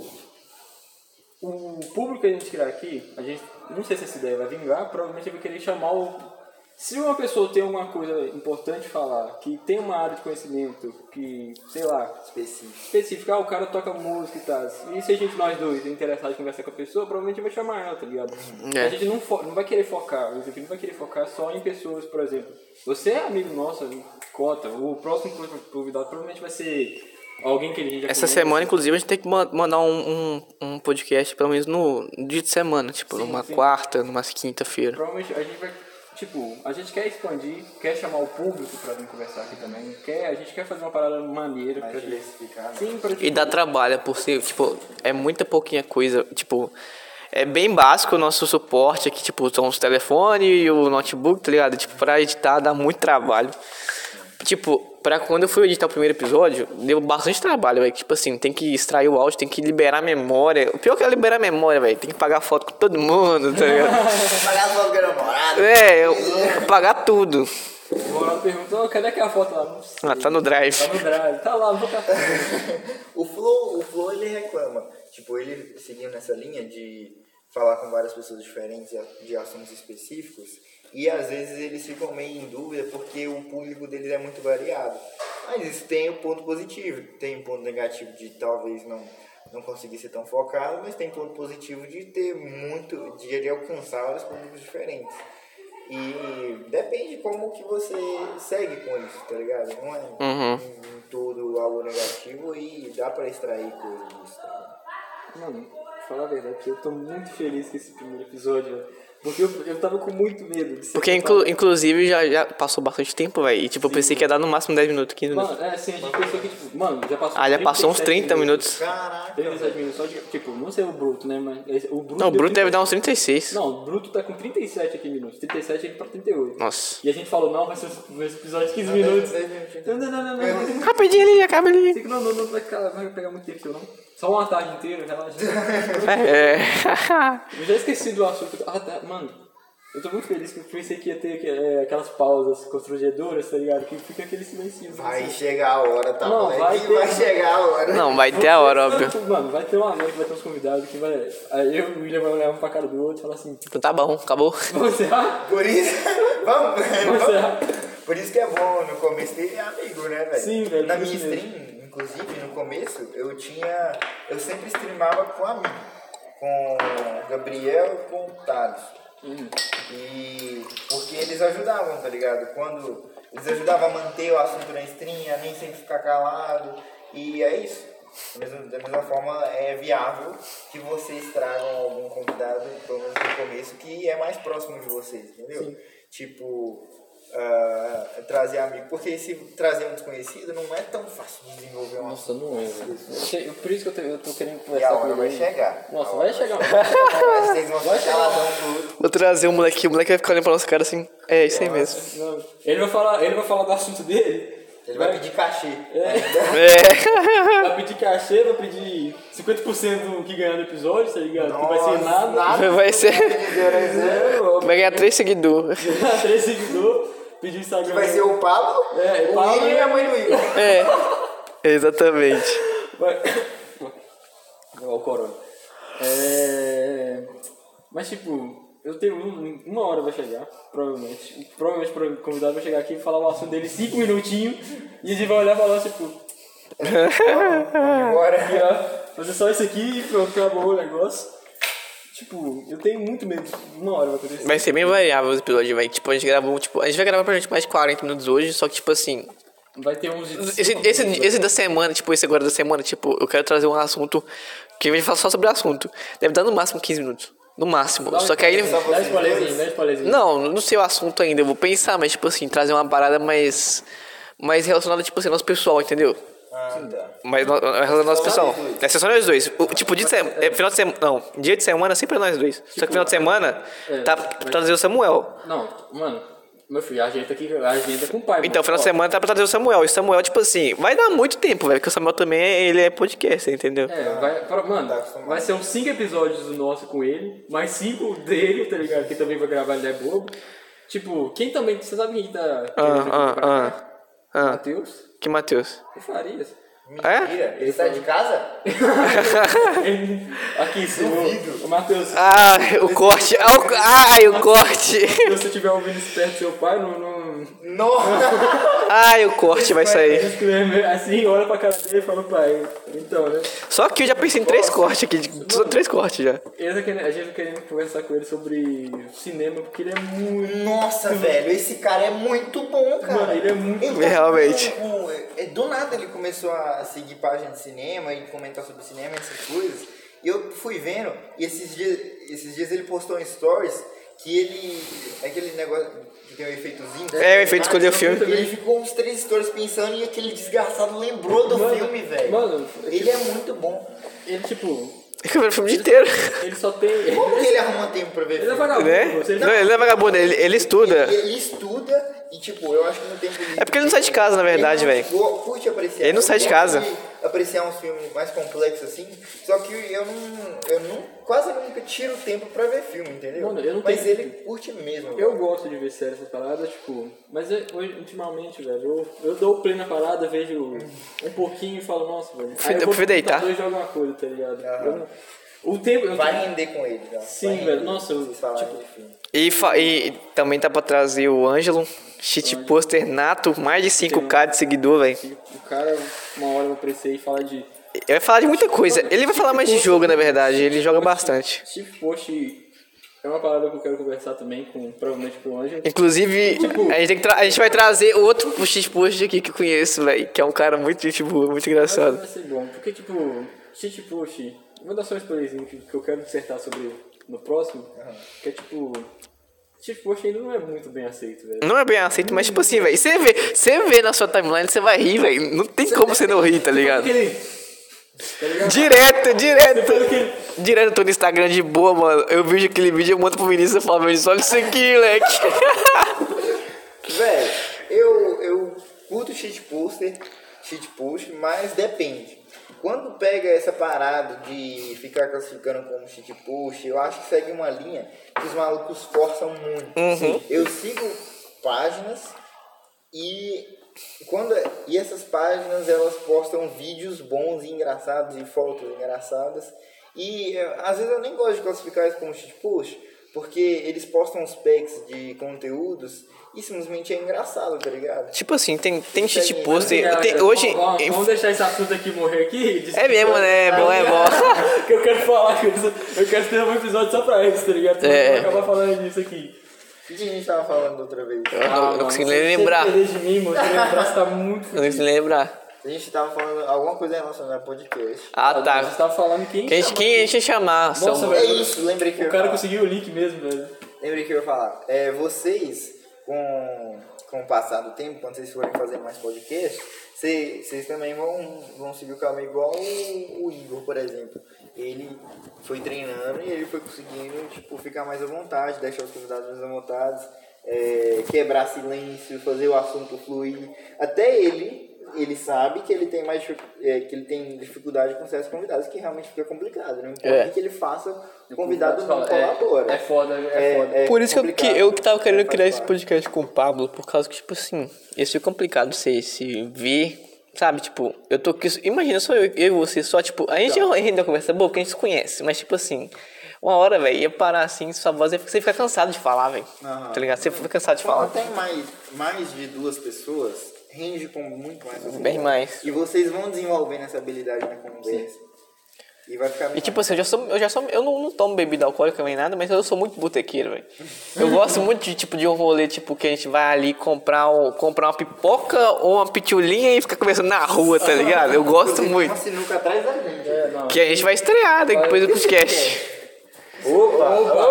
[SPEAKER 2] o público que a gente criar aqui, a gente, não sei se essa ideia vai vingar, provavelmente ele vai querer chamar o. Se uma pessoa tem alguma coisa importante falar, que tem uma área de conhecimento, que, sei lá,
[SPEAKER 3] Específico.
[SPEAKER 2] específica, ah, o cara toca música e tal. E se a gente, nós dois, é interessado em conversar com a pessoa, provavelmente vai chamar ela, tá ligado?
[SPEAKER 1] É.
[SPEAKER 2] A gente não, fo- não vai querer focar, o Zephyr não vai querer focar só em pessoas, por exemplo. Você é amigo nosso, cota, o próximo convidado provavelmente vai ser alguém que a gente já
[SPEAKER 1] Essa
[SPEAKER 2] conhece.
[SPEAKER 1] semana, inclusive, a gente tem que man- mandar um, um, um podcast, pelo menos no dia de semana, tipo,
[SPEAKER 2] Sim,
[SPEAKER 1] numa
[SPEAKER 2] sim.
[SPEAKER 1] quarta, numa quinta-feira.
[SPEAKER 2] Provavelmente a gente vai. Tipo, a gente quer expandir, quer chamar o público pra vir conversar aqui também. Quer, a gente quer fazer uma parada maneira pra
[SPEAKER 3] Mais
[SPEAKER 2] gente.
[SPEAKER 3] diversificado.
[SPEAKER 2] Sim, pra
[SPEAKER 1] E
[SPEAKER 2] gente.
[SPEAKER 1] dá trabalho por si, tipo, é muita pouquinha coisa, tipo, é bem básico o nosso suporte aqui, tipo, são os telefones e o notebook, tá ligado? Tipo, pra editar dá muito trabalho. Tipo, pra quando eu fui editar o primeiro episódio, deu bastante trabalho, velho. Tipo assim, tem que extrair o áudio, tem que liberar a memória. O pior que é liberar a memória, velho. Tem que pagar foto com todo mundo, tá ligado?
[SPEAKER 3] Pagar as fotos com a namorada.
[SPEAKER 1] É, eu vou pagar tudo.
[SPEAKER 2] O Ronaldo pergunta, "Ô, cadê aquela foto lá? Não sei.
[SPEAKER 1] Ah, tá no drive.
[SPEAKER 2] Tá no drive, tá lá, não vou catar.
[SPEAKER 3] O Flow, o Flow ele reclama. Tipo, ele seguindo nessa linha de falar com várias pessoas diferentes e de assuntos específicos. E às vezes eles ficam meio em dúvida porque o público deles é muito variado. Mas isso tem o ponto positivo, tem o ponto negativo de talvez não, não conseguir ser tão focado, mas tem ponto positivo de ter muito, de ele alcançar vários públicos diferentes. E depende como que você segue com isso, tá ligado? Não é em- em tudo algo negativo e dá pra extrair coisa disso. Tá
[SPEAKER 2] Mano, falar a verdade, eu tô muito feliz com esse primeiro episódio. Porque eu, eu tava com muito medo de ser.
[SPEAKER 1] Porque, inclu- inclusive, já, já passou bastante tempo, velho. E, tipo, eu pensei que ia dar no máximo 10 minutos, 15 minutos.
[SPEAKER 2] Mano, é assim, a gente pensou que, tipo, mano, já passou.
[SPEAKER 1] Ah, já passou uns
[SPEAKER 2] 37
[SPEAKER 1] 30 minutos.
[SPEAKER 3] Caraca,
[SPEAKER 2] 37 minutos só de. Tipo, não sei o Bruto, né? Mas. esse- O Bruto
[SPEAKER 1] Não, o
[SPEAKER 2] deu
[SPEAKER 1] Bruto
[SPEAKER 2] 30
[SPEAKER 1] deve dar uns 36.
[SPEAKER 2] Não, o Bruto tá com 37 aqui minutos. 37 aqui pra 38.
[SPEAKER 1] Nossa.
[SPEAKER 2] tá E a gente falou, não, vai ser um episódio de 15
[SPEAKER 3] dez-
[SPEAKER 2] minutos.
[SPEAKER 3] dez minutinhos.
[SPEAKER 2] Não, não, não, não,
[SPEAKER 3] É.
[SPEAKER 2] não.
[SPEAKER 1] Rapidinho ali, acaba ali.
[SPEAKER 2] Sei que Não, não, não, vai ficar- vai pegar muito tempo seu, não. Só uma tarde inteira, relaxa.
[SPEAKER 1] É.
[SPEAKER 2] Eu já esqueci do assunto. Ah, tá, mano. Eu tô muito feliz que eu pensei que ia ter que- é, aquelas pausas constrangedoras, tá ligado? Que fica aquele silêncio. né?
[SPEAKER 3] Vai chegar a hora, tá
[SPEAKER 2] Não,
[SPEAKER 3] moleque?
[SPEAKER 2] vai
[SPEAKER 3] Vai,
[SPEAKER 2] ter-
[SPEAKER 3] chegar a hora.
[SPEAKER 1] Não, vai ter a hora, óbvio.
[SPEAKER 2] Tanto, Mano, vai ter uma noite, vai ter uns convidados que vai. Aí eu e o William vai olhar um pra cara do outro e falar assim:
[SPEAKER 1] Então tá bom, acabou.
[SPEAKER 2] Vamos encerrar?
[SPEAKER 3] Por isso, vamos,
[SPEAKER 2] Vamos
[SPEAKER 3] vamos.
[SPEAKER 2] encerrar.
[SPEAKER 3] Por isso que é bom no começo ter amigo, né, velho?
[SPEAKER 2] Sim, velho,
[SPEAKER 3] Na
[SPEAKER 2] por
[SPEAKER 3] minha
[SPEAKER 2] isso mesmo.
[SPEAKER 3] stream, inclusive, no começo, eu tinha. Eu sempre streamava com amigo. Com o Gabriel e com o Thales. E porque eles ajudavam, tá ligado? Quando eles ajudavam a manter o assunto na stream, a nem sempre ficar calado. E é isso. Da mesma, da mesma forma, é viável que vocês tragam algum convidado, pelo menos no começo, que é mais próximo de vocês, entendeu? Tipo, ah, trazer amigo. Porque se trazer um desconhecido não é tão fácil de desenvolver um
[SPEAKER 2] Nossa,
[SPEAKER 3] assunto.
[SPEAKER 2] não é, velho. Eu sei- Por isso que eu tô, eu tô querendo
[SPEAKER 3] E a
[SPEAKER 2] conversar com
[SPEAKER 3] hora
[SPEAKER 2] ele.
[SPEAKER 3] vai chegar.
[SPEAKER 2] Nossa,
[SPEAKER 3] A
[SPEAKER 2] vai
[SPEAKER 3] hora
[SPEAKER 2] chegar.
[SPEAKER 3] Vocês vão
[SPEAKER 2] Vai
[SPEAKER 3] ficar
[SPEAKER 2] chegar.
[SPEAKER 3] caladão do
[SPEAKER 1] Vou trazer o moleque, o moleque vai ficar olhando pra nossa cara assim. É, isso aí mesmo.
[SPEAKER 2] Não. Ele vai falar, ele vai falar do assunto dele.
[SPEAKER 3] Ele vai pedir cachê.
[SPEAKER 1] É.
[SPEAKER 2] Vai pedir cachê, vai pedir 50% do que ganhar no episódio, tá ligado? que vai ser
[SPEAKER 3] Nossa, né?
[SPEAKER 2] nada.
[SPEAKER 1] Vai ser.
[SPEAKER 2] Zero,
[SPEAKER 1] Vai ganhar três seguidores.
[SPEAKER 2] ó, três seguidores, pedir o Instagram.
[SPEAKER 3] Vai ser o Pablo,
[SPEAKER 2] É,
[SPEAKER 3] o
[SPEAKER 2] Pablo
[SPEAKER 3] William e a mãe do Igor.
[SPEAKER 1] É. Exatamente.
[SPEAKER 2] Vai... Ó, o corona. É... Mas, tipo, eu tenho um- uma hora vai chegar, provavelmente. Provavelmente o convidado vai chegar aqui e falar o assunto dele cinco minutinhos e a gente vai olhar e falar, tipo,
[SPEAKER 3] Bora.
[SPEAKER 2] e, ó, fazer só isso aqui e pronto, acabou o negócio. Tipo, eu tenho muito medo. Uma hora vai acontecer.
[SPEAKER 1] Vai ser bem variável os episódios, vai. Tipo, a gente gravou, tipo, a gente vai gravar pra gente mais 40 minutos hoje, só que, tipo assim,
[SPEAKER 2] Vai ter uns. de-
[SPEAKER 1] esse, esse, esse da semana, tipo, esse agora da semana, tipo, eu quero trazer um assunto que a gente fala só sobre o assunto. Deve dar no máximo 15 minutos. No máximo.
[SPEAKER 2] Dá um-
[SPEAKER 1] Só que aí ele.
[SPEAKER 3] só-
[SPEAKER 2] Dá spoilerzinho, dá spoilerzinho.
[SPEAKER 1] Não, não sei o assunto ainda, eu vou pensar, mas, tipo assim, trazer uma parada mais. mais relacionada, tipo assim, ao nosso pessoal, entendeu?
[SPEAKER 3] Ah, tá.
[SPEAKER 1] Mas no- é relacionado ao nosso pessoal.
[SPEAKER 3] nós dois.
[SPEAKER 1] É só nós dois. O, tipo, dia de sema- é, final de semana. Não, dia de semana sempre é nós dois. Só que final de semana
[SPEAKER 2] é,
[SPEAKER 1] tá
[SPEAKER 2] vai-
[SPEAKER 1] pra trazer o Samuel.
[SPEAKER 2] Não, mano, meu filho, agenda aqui, agenda com o pai.
[SPEAKER 1] Então,
[SPEAKER 2] mano.
[SPEAKER 1] final de
[SPEAKER 2] Ó,
[SPEAKER 1] semana tá pra trazer o Samuel. E o Samuel, tipo assim, vai dar muito tempo, velho. Porque o Samuel também é- ele é podcast, entendeu?
[SPEAKER 2] É, vai, pra- mano,
[SPEAKER 3] Tá acostumado.
[SPEAKER 2] vai ser uns 5 episódios do nosso com ele, mais 5 dele, tá ligado? Que também vai gravar, ele é bobo. Tipo, quem também, você sabe quem tá...
[SPEAKER 1] Ah, ah, ah. ah.
[SPEAKER 2] Matheus?
[SPEAKER 1] Que Matheus?
[SPEAKER 2] E Farias.
[SPEAKER 3] Mentira. Ele sai de casa?
[SPEAKER 2] Aqui, se
[SPEAKER 3] Duvido.
[SPEAKER 2] o, o Matheus,
[SPEAKER 1] Ah, o corte. Ah, o, ai, o corte.
[SPEAKER 2] se você estiver ouvindo esse perto do seu pai, não... não...
[SPEAKER 3] Nossa!
[SPEAKER 1] Ai, o corte vai sair.
[SPEAKER 2] disclaimer, Assim, olha pra cara dele e fala, pai, então, né?
[SPEAKER 1] Só que eu já pensei em três cortes aqui. de- Só três cortes já.
[SPEAKER 2] Ele tá querendo- a gente tá querendo conversar com ele sobre cinema, porque ele é muito...
[SPEAKER 3] Nossa, velho, esse cara é muito bom, cara.
[SPEAKER 2] Mano, ele é muito
[SPEAKER 3] Ele
[SPEAKER 1] bom. Realmente.
[SPEAKER 3] com- com- é- do nada ele começou a seguir página de cinema e comentar sobre cinema e essas coisas. E eu fui vendo, e esses dias, esses dias ele postou em stories que ele. aquele negócio que tem o efeitozinho. né?
[SPEAKER 1] É, o efeito de escolher o filme.
[SPEAKER 3] Ele ficou uns três stories pensando e aquele desgraçado lembrou do
[SPEAKER 2] Mano,
[SPEAKER 3] filme, velho.
[SPEAKER 2] mano,
[SPEAKER 3] ele é muito bom.
[SPEAKER 2] Ele, tipo,
[SPEAKER 1] Eu quero ver o filme inteiro.
[SPEAKER 2] ele só tem...
[SPEAKER 3] Como que ele arruma tempo pra ver
[SPEAKER 2] Ele é
[SPEAKER 3] filme?
[SPEAKER 2] vagabundo,
[SPEAKER 1] Né?
[SPEAKER 2] você
[SPEAKER 1] Não, ele não é vagabundo, ele, ele
[SPEAKER 3] Ele,
[SPEAKER 1] estuda.
[SPEAKER 3] ele estuda e, tipo, eu acho que no tempo livre.
[SPEAKER 1] É porque ele não sai de casa, na verdade,
[SPEAKER 3] Ele não
[SPEAKER 1] velho.
[SPEAKER 3] go- curte apreciar.
[SPEAKER 1] Ele não sai de
[SPEAKER 3] Eu gosto
[SPEAKER 1] casa.
[SPEAKER 3] Apreciar uns filmes um mais complexos assim. Só que eu não. Eu não quase nunca tiro tempo pra ver filme, entendeu?
[SPEAKER 2] Mano, eu não
[SPEAKER 3] Mas
[SPEAKER 2] tenho-
[SPEAKER 3] ele curte mesmo.
[SPEAKER 2] Eu gosto de ver séries essas paradas, tipo. Mas eu- hoje, ultimamente, velho, eu, eu dou play na parada, vejo um pouquinho e falo, nossa, velho.
[SPEAKER 1] Fui- eu fui deitar.
[SPEAKER 2] Eu jogo uma coisa, tá ligado?
[SPEAKER 3] Aham.
[SPEAKER 2] Eu não- o tempo. Eu
[SPEAKER 3] Vai render com ele, já.
[SPEAKER 2] Sim,
[SPEAKER 3] Vai render.
[SPEAKER 2] velho, nossa, eu- tipo,
[SPEAKER 3] Vocês falaram de filme.
[SPEAKER 1] E, fa- e também tá pra trazer o Ângelo. Shit poster nato, mais de 5k de seguidor, velho.
[SPEAKER 2] O cara, uma hora vai aparecer e falar de
[SPEAKER 1] Ele vai falar de muita coisa. Ele vai falar mais de jogo, na verdade. Ele joga bastante.
[SPEAKER 2] Steve Post. É uma parada que eu quero conversar também, com, provavelmente com o
[SPEAKER 1] É
[SPEAKER 2] Ângelo.
[SPEAKER 1] Inclusive,
[SPEAKER 2] Tipo,
[SPEAKER 1] a, gente tem que tra- a gente vai trazer outro X-Post aqui que eu conheço, velho. Que é um cara muito gente boa, muito
[SPEAKER 2] Mas Vai
[SPEAKER 1] engraçado.
[SPEAKER 2] ser bom, porque, tipo, Steve Post. Vou dar só um spoilerzinho que, que eu quero dissertar sobre no próximo. Que é, tipo. Steve Post ainda não é muito bem aceito, velho.
[SPEAKER 1] Não é bem aceito, mas tipo assim, velho. Você vê, você vê na sua timeline, você vai rir, velho. Não tem como você não rir, tá ligado?
[SPEAKER 2] Aquele. Tá ligado?
[SPEAKER 1] Direto,
[SPEAKER 2] Depois
[SPEAKER 1] direto.
[SPEAKER 2] daquele-
[SPEAKER 1] Direto, eu tô no Instagram de boa, mano. Eu vejo aquele vídeo, eu mando pro Vinícius e falo, Vinícius, olha isso aqui, moleque.
[SPEAKER 3] Velho, eu, eu curto cheat poster, cheat post, mas depende. Quando pega essa parada de ficar classificando como cheat post, eu acho que segue uma linha que os malucos forçam muito. Eu sigo páginas e quando é, e essas páginas elas postam vídeos bons e engraçados e fotos engraçadas e eh, às vezes eu nem gosto de classificar isso como shit post porque eles postam uns packs de conteúdos e simplesmente é engraçado, tá ligado?
[SPEAKER 1] Tipo assim, tem, tem cheat
[SPEAKER 2] Galera,
[SPEAKER 1] poster. Tem, hoje.
[SPEAKER 2] Vamos, vamos deixar esse assunto aqui morrer aqui.
[SPEAKER 1] É mesmo, né? É bom, é bom.
[SPEAKER 2] que eu quero falar, que eu, preciso- eu quero ter um episódio só pra isso, tá ligado? Senão
[SPEAKER 1] É.
[SPEAKER 2] Eu vou acabar falando disso aqui.
[SPEAKER 3] O que que a gente tava falando outra vez?
[SPEAKER 1] Eu não, eu não
[SPEAKER 2] mano,
[SPEAKER 1] consigo
[SPEAKER 2] se
[SPEAKER 1] nem
[SPEAKER 2] você
[SPEAKER 1] lembrar.
[SPEAKER 2] perder de mim, mano, se lembrar, você tá
[SPEAKER 1] Eu ah, Não
[SPEAKER 2] muito fudido.
[SPEAKER 1] consigo nem lembrar.
[SPEAKER 3] A gente tava falando alguma coisa relacionada a podcast.
[SPEAKER 1] Ah,
[SPEAKER 2] A gente
[SPEAKER 1] tá.
[SPEAKER 2] tava falando quem...
[SPEAKER 1] Quem,
[SPEAKER 2] chamou-
[SPEAKER 1] quem a gente chamar?
[SPEAKER 2] Nossa,
[SPEAKER 1] são-
[SPEAKER 3] É
[SPEAKER 2] velho,
[SPEAKER 3] isso, lembrei que eu
[SPEAKER 2] O
[SPEAKER 3] ia
[SPEAKER 2] cara
[SPEAKER 3] falar.
[SPEAKER 2] conseguiu o link mesmo, velho.
[SPEAKER 3] Lembrei que eu ia falar. É, vocês, com, com o passar do tempo, quando vocês forem fazer mais podcast, cê- vocês também vão, vão seguir o caminho igual o, o Igor, por exemplo. Ele foi treinando e ele foi conseguindo tipo, ficar mais à vontade, deixar os convidados mais à vontade, é, quebrar silêncio, fazer o assunto fluir. Até ele. Ele sabe que ele tem mais dificu- é, que ele tem dificuldade com certos convidados, que realmente fica complicado. né? Não importa
[SPEAKER 1] É.
[SPEAKER 3] o que ele faça, o convidado não
[SPEAKER 2] É-
[SPEAKER 3] colabora.
[SPEAKER 2] É foda, é foda.
[SPEAKER 1] Por isso que eu, que
[SPEAKER 3] complicado. É,
[SPEAKER 1] eu que tava querendo
[SPEAKER 3] Faz
[SPEAKER 1] criar esse
[SPEAKER 3] parte.
[SPEAKER 1] podcast com o Pablo, por causa que, tipo assim, ia ser complicado você se ver, sabe? Tipo, eu tô aqui. Imagina só eu, eu e você, só, tipo, a gente
[SPEAKER 3] Tá.
[SPEAKER 1] ainda ainda dá uma conversa boa, porque a gente se conhece, mas, tipo assim, uma hora, velho, ia parar assim, sua voz ia ficar- você fica cansado de falar, velho.
[SPEAKER 3] Aham.
[SPEAKER 1] Tá ligado? Você fica cansado de
[SPEAKER 3] Quando
[SPEAKER 1] falar.
[SPEAKER 3] tem mais, mais de duas pessoas, rende com muito mais.
[SPEAKER 1] Bem mais.
[SPEAKER 3] E vocês vão desenvolvendo essa habilidade na conversa. E vai ficar
[SPEAKER 1] E tipo assim, eu já sou. Eu, já sou, eu não, não tomo bebida alcoólica nem nada, mas eu sou muito botequeiro, velho. Eu gosto muito de tipo de um rolê, tipo, que a gente vai ali comprar, um, comprar uma pipoca ou uma pitulinha e ficar conversando na rua, tá ligado? Eu gosto
[SPEAKER 3] uma
[SPEAKER 1] muito.
[SPEAKER 3] sinuca atrás da gente.
[SPEAKER 2] É, não.
[SPEAKER 1] Que a gente vai estrear daqui depois do podcast.
[SPEAKER 2] Opa! Opa!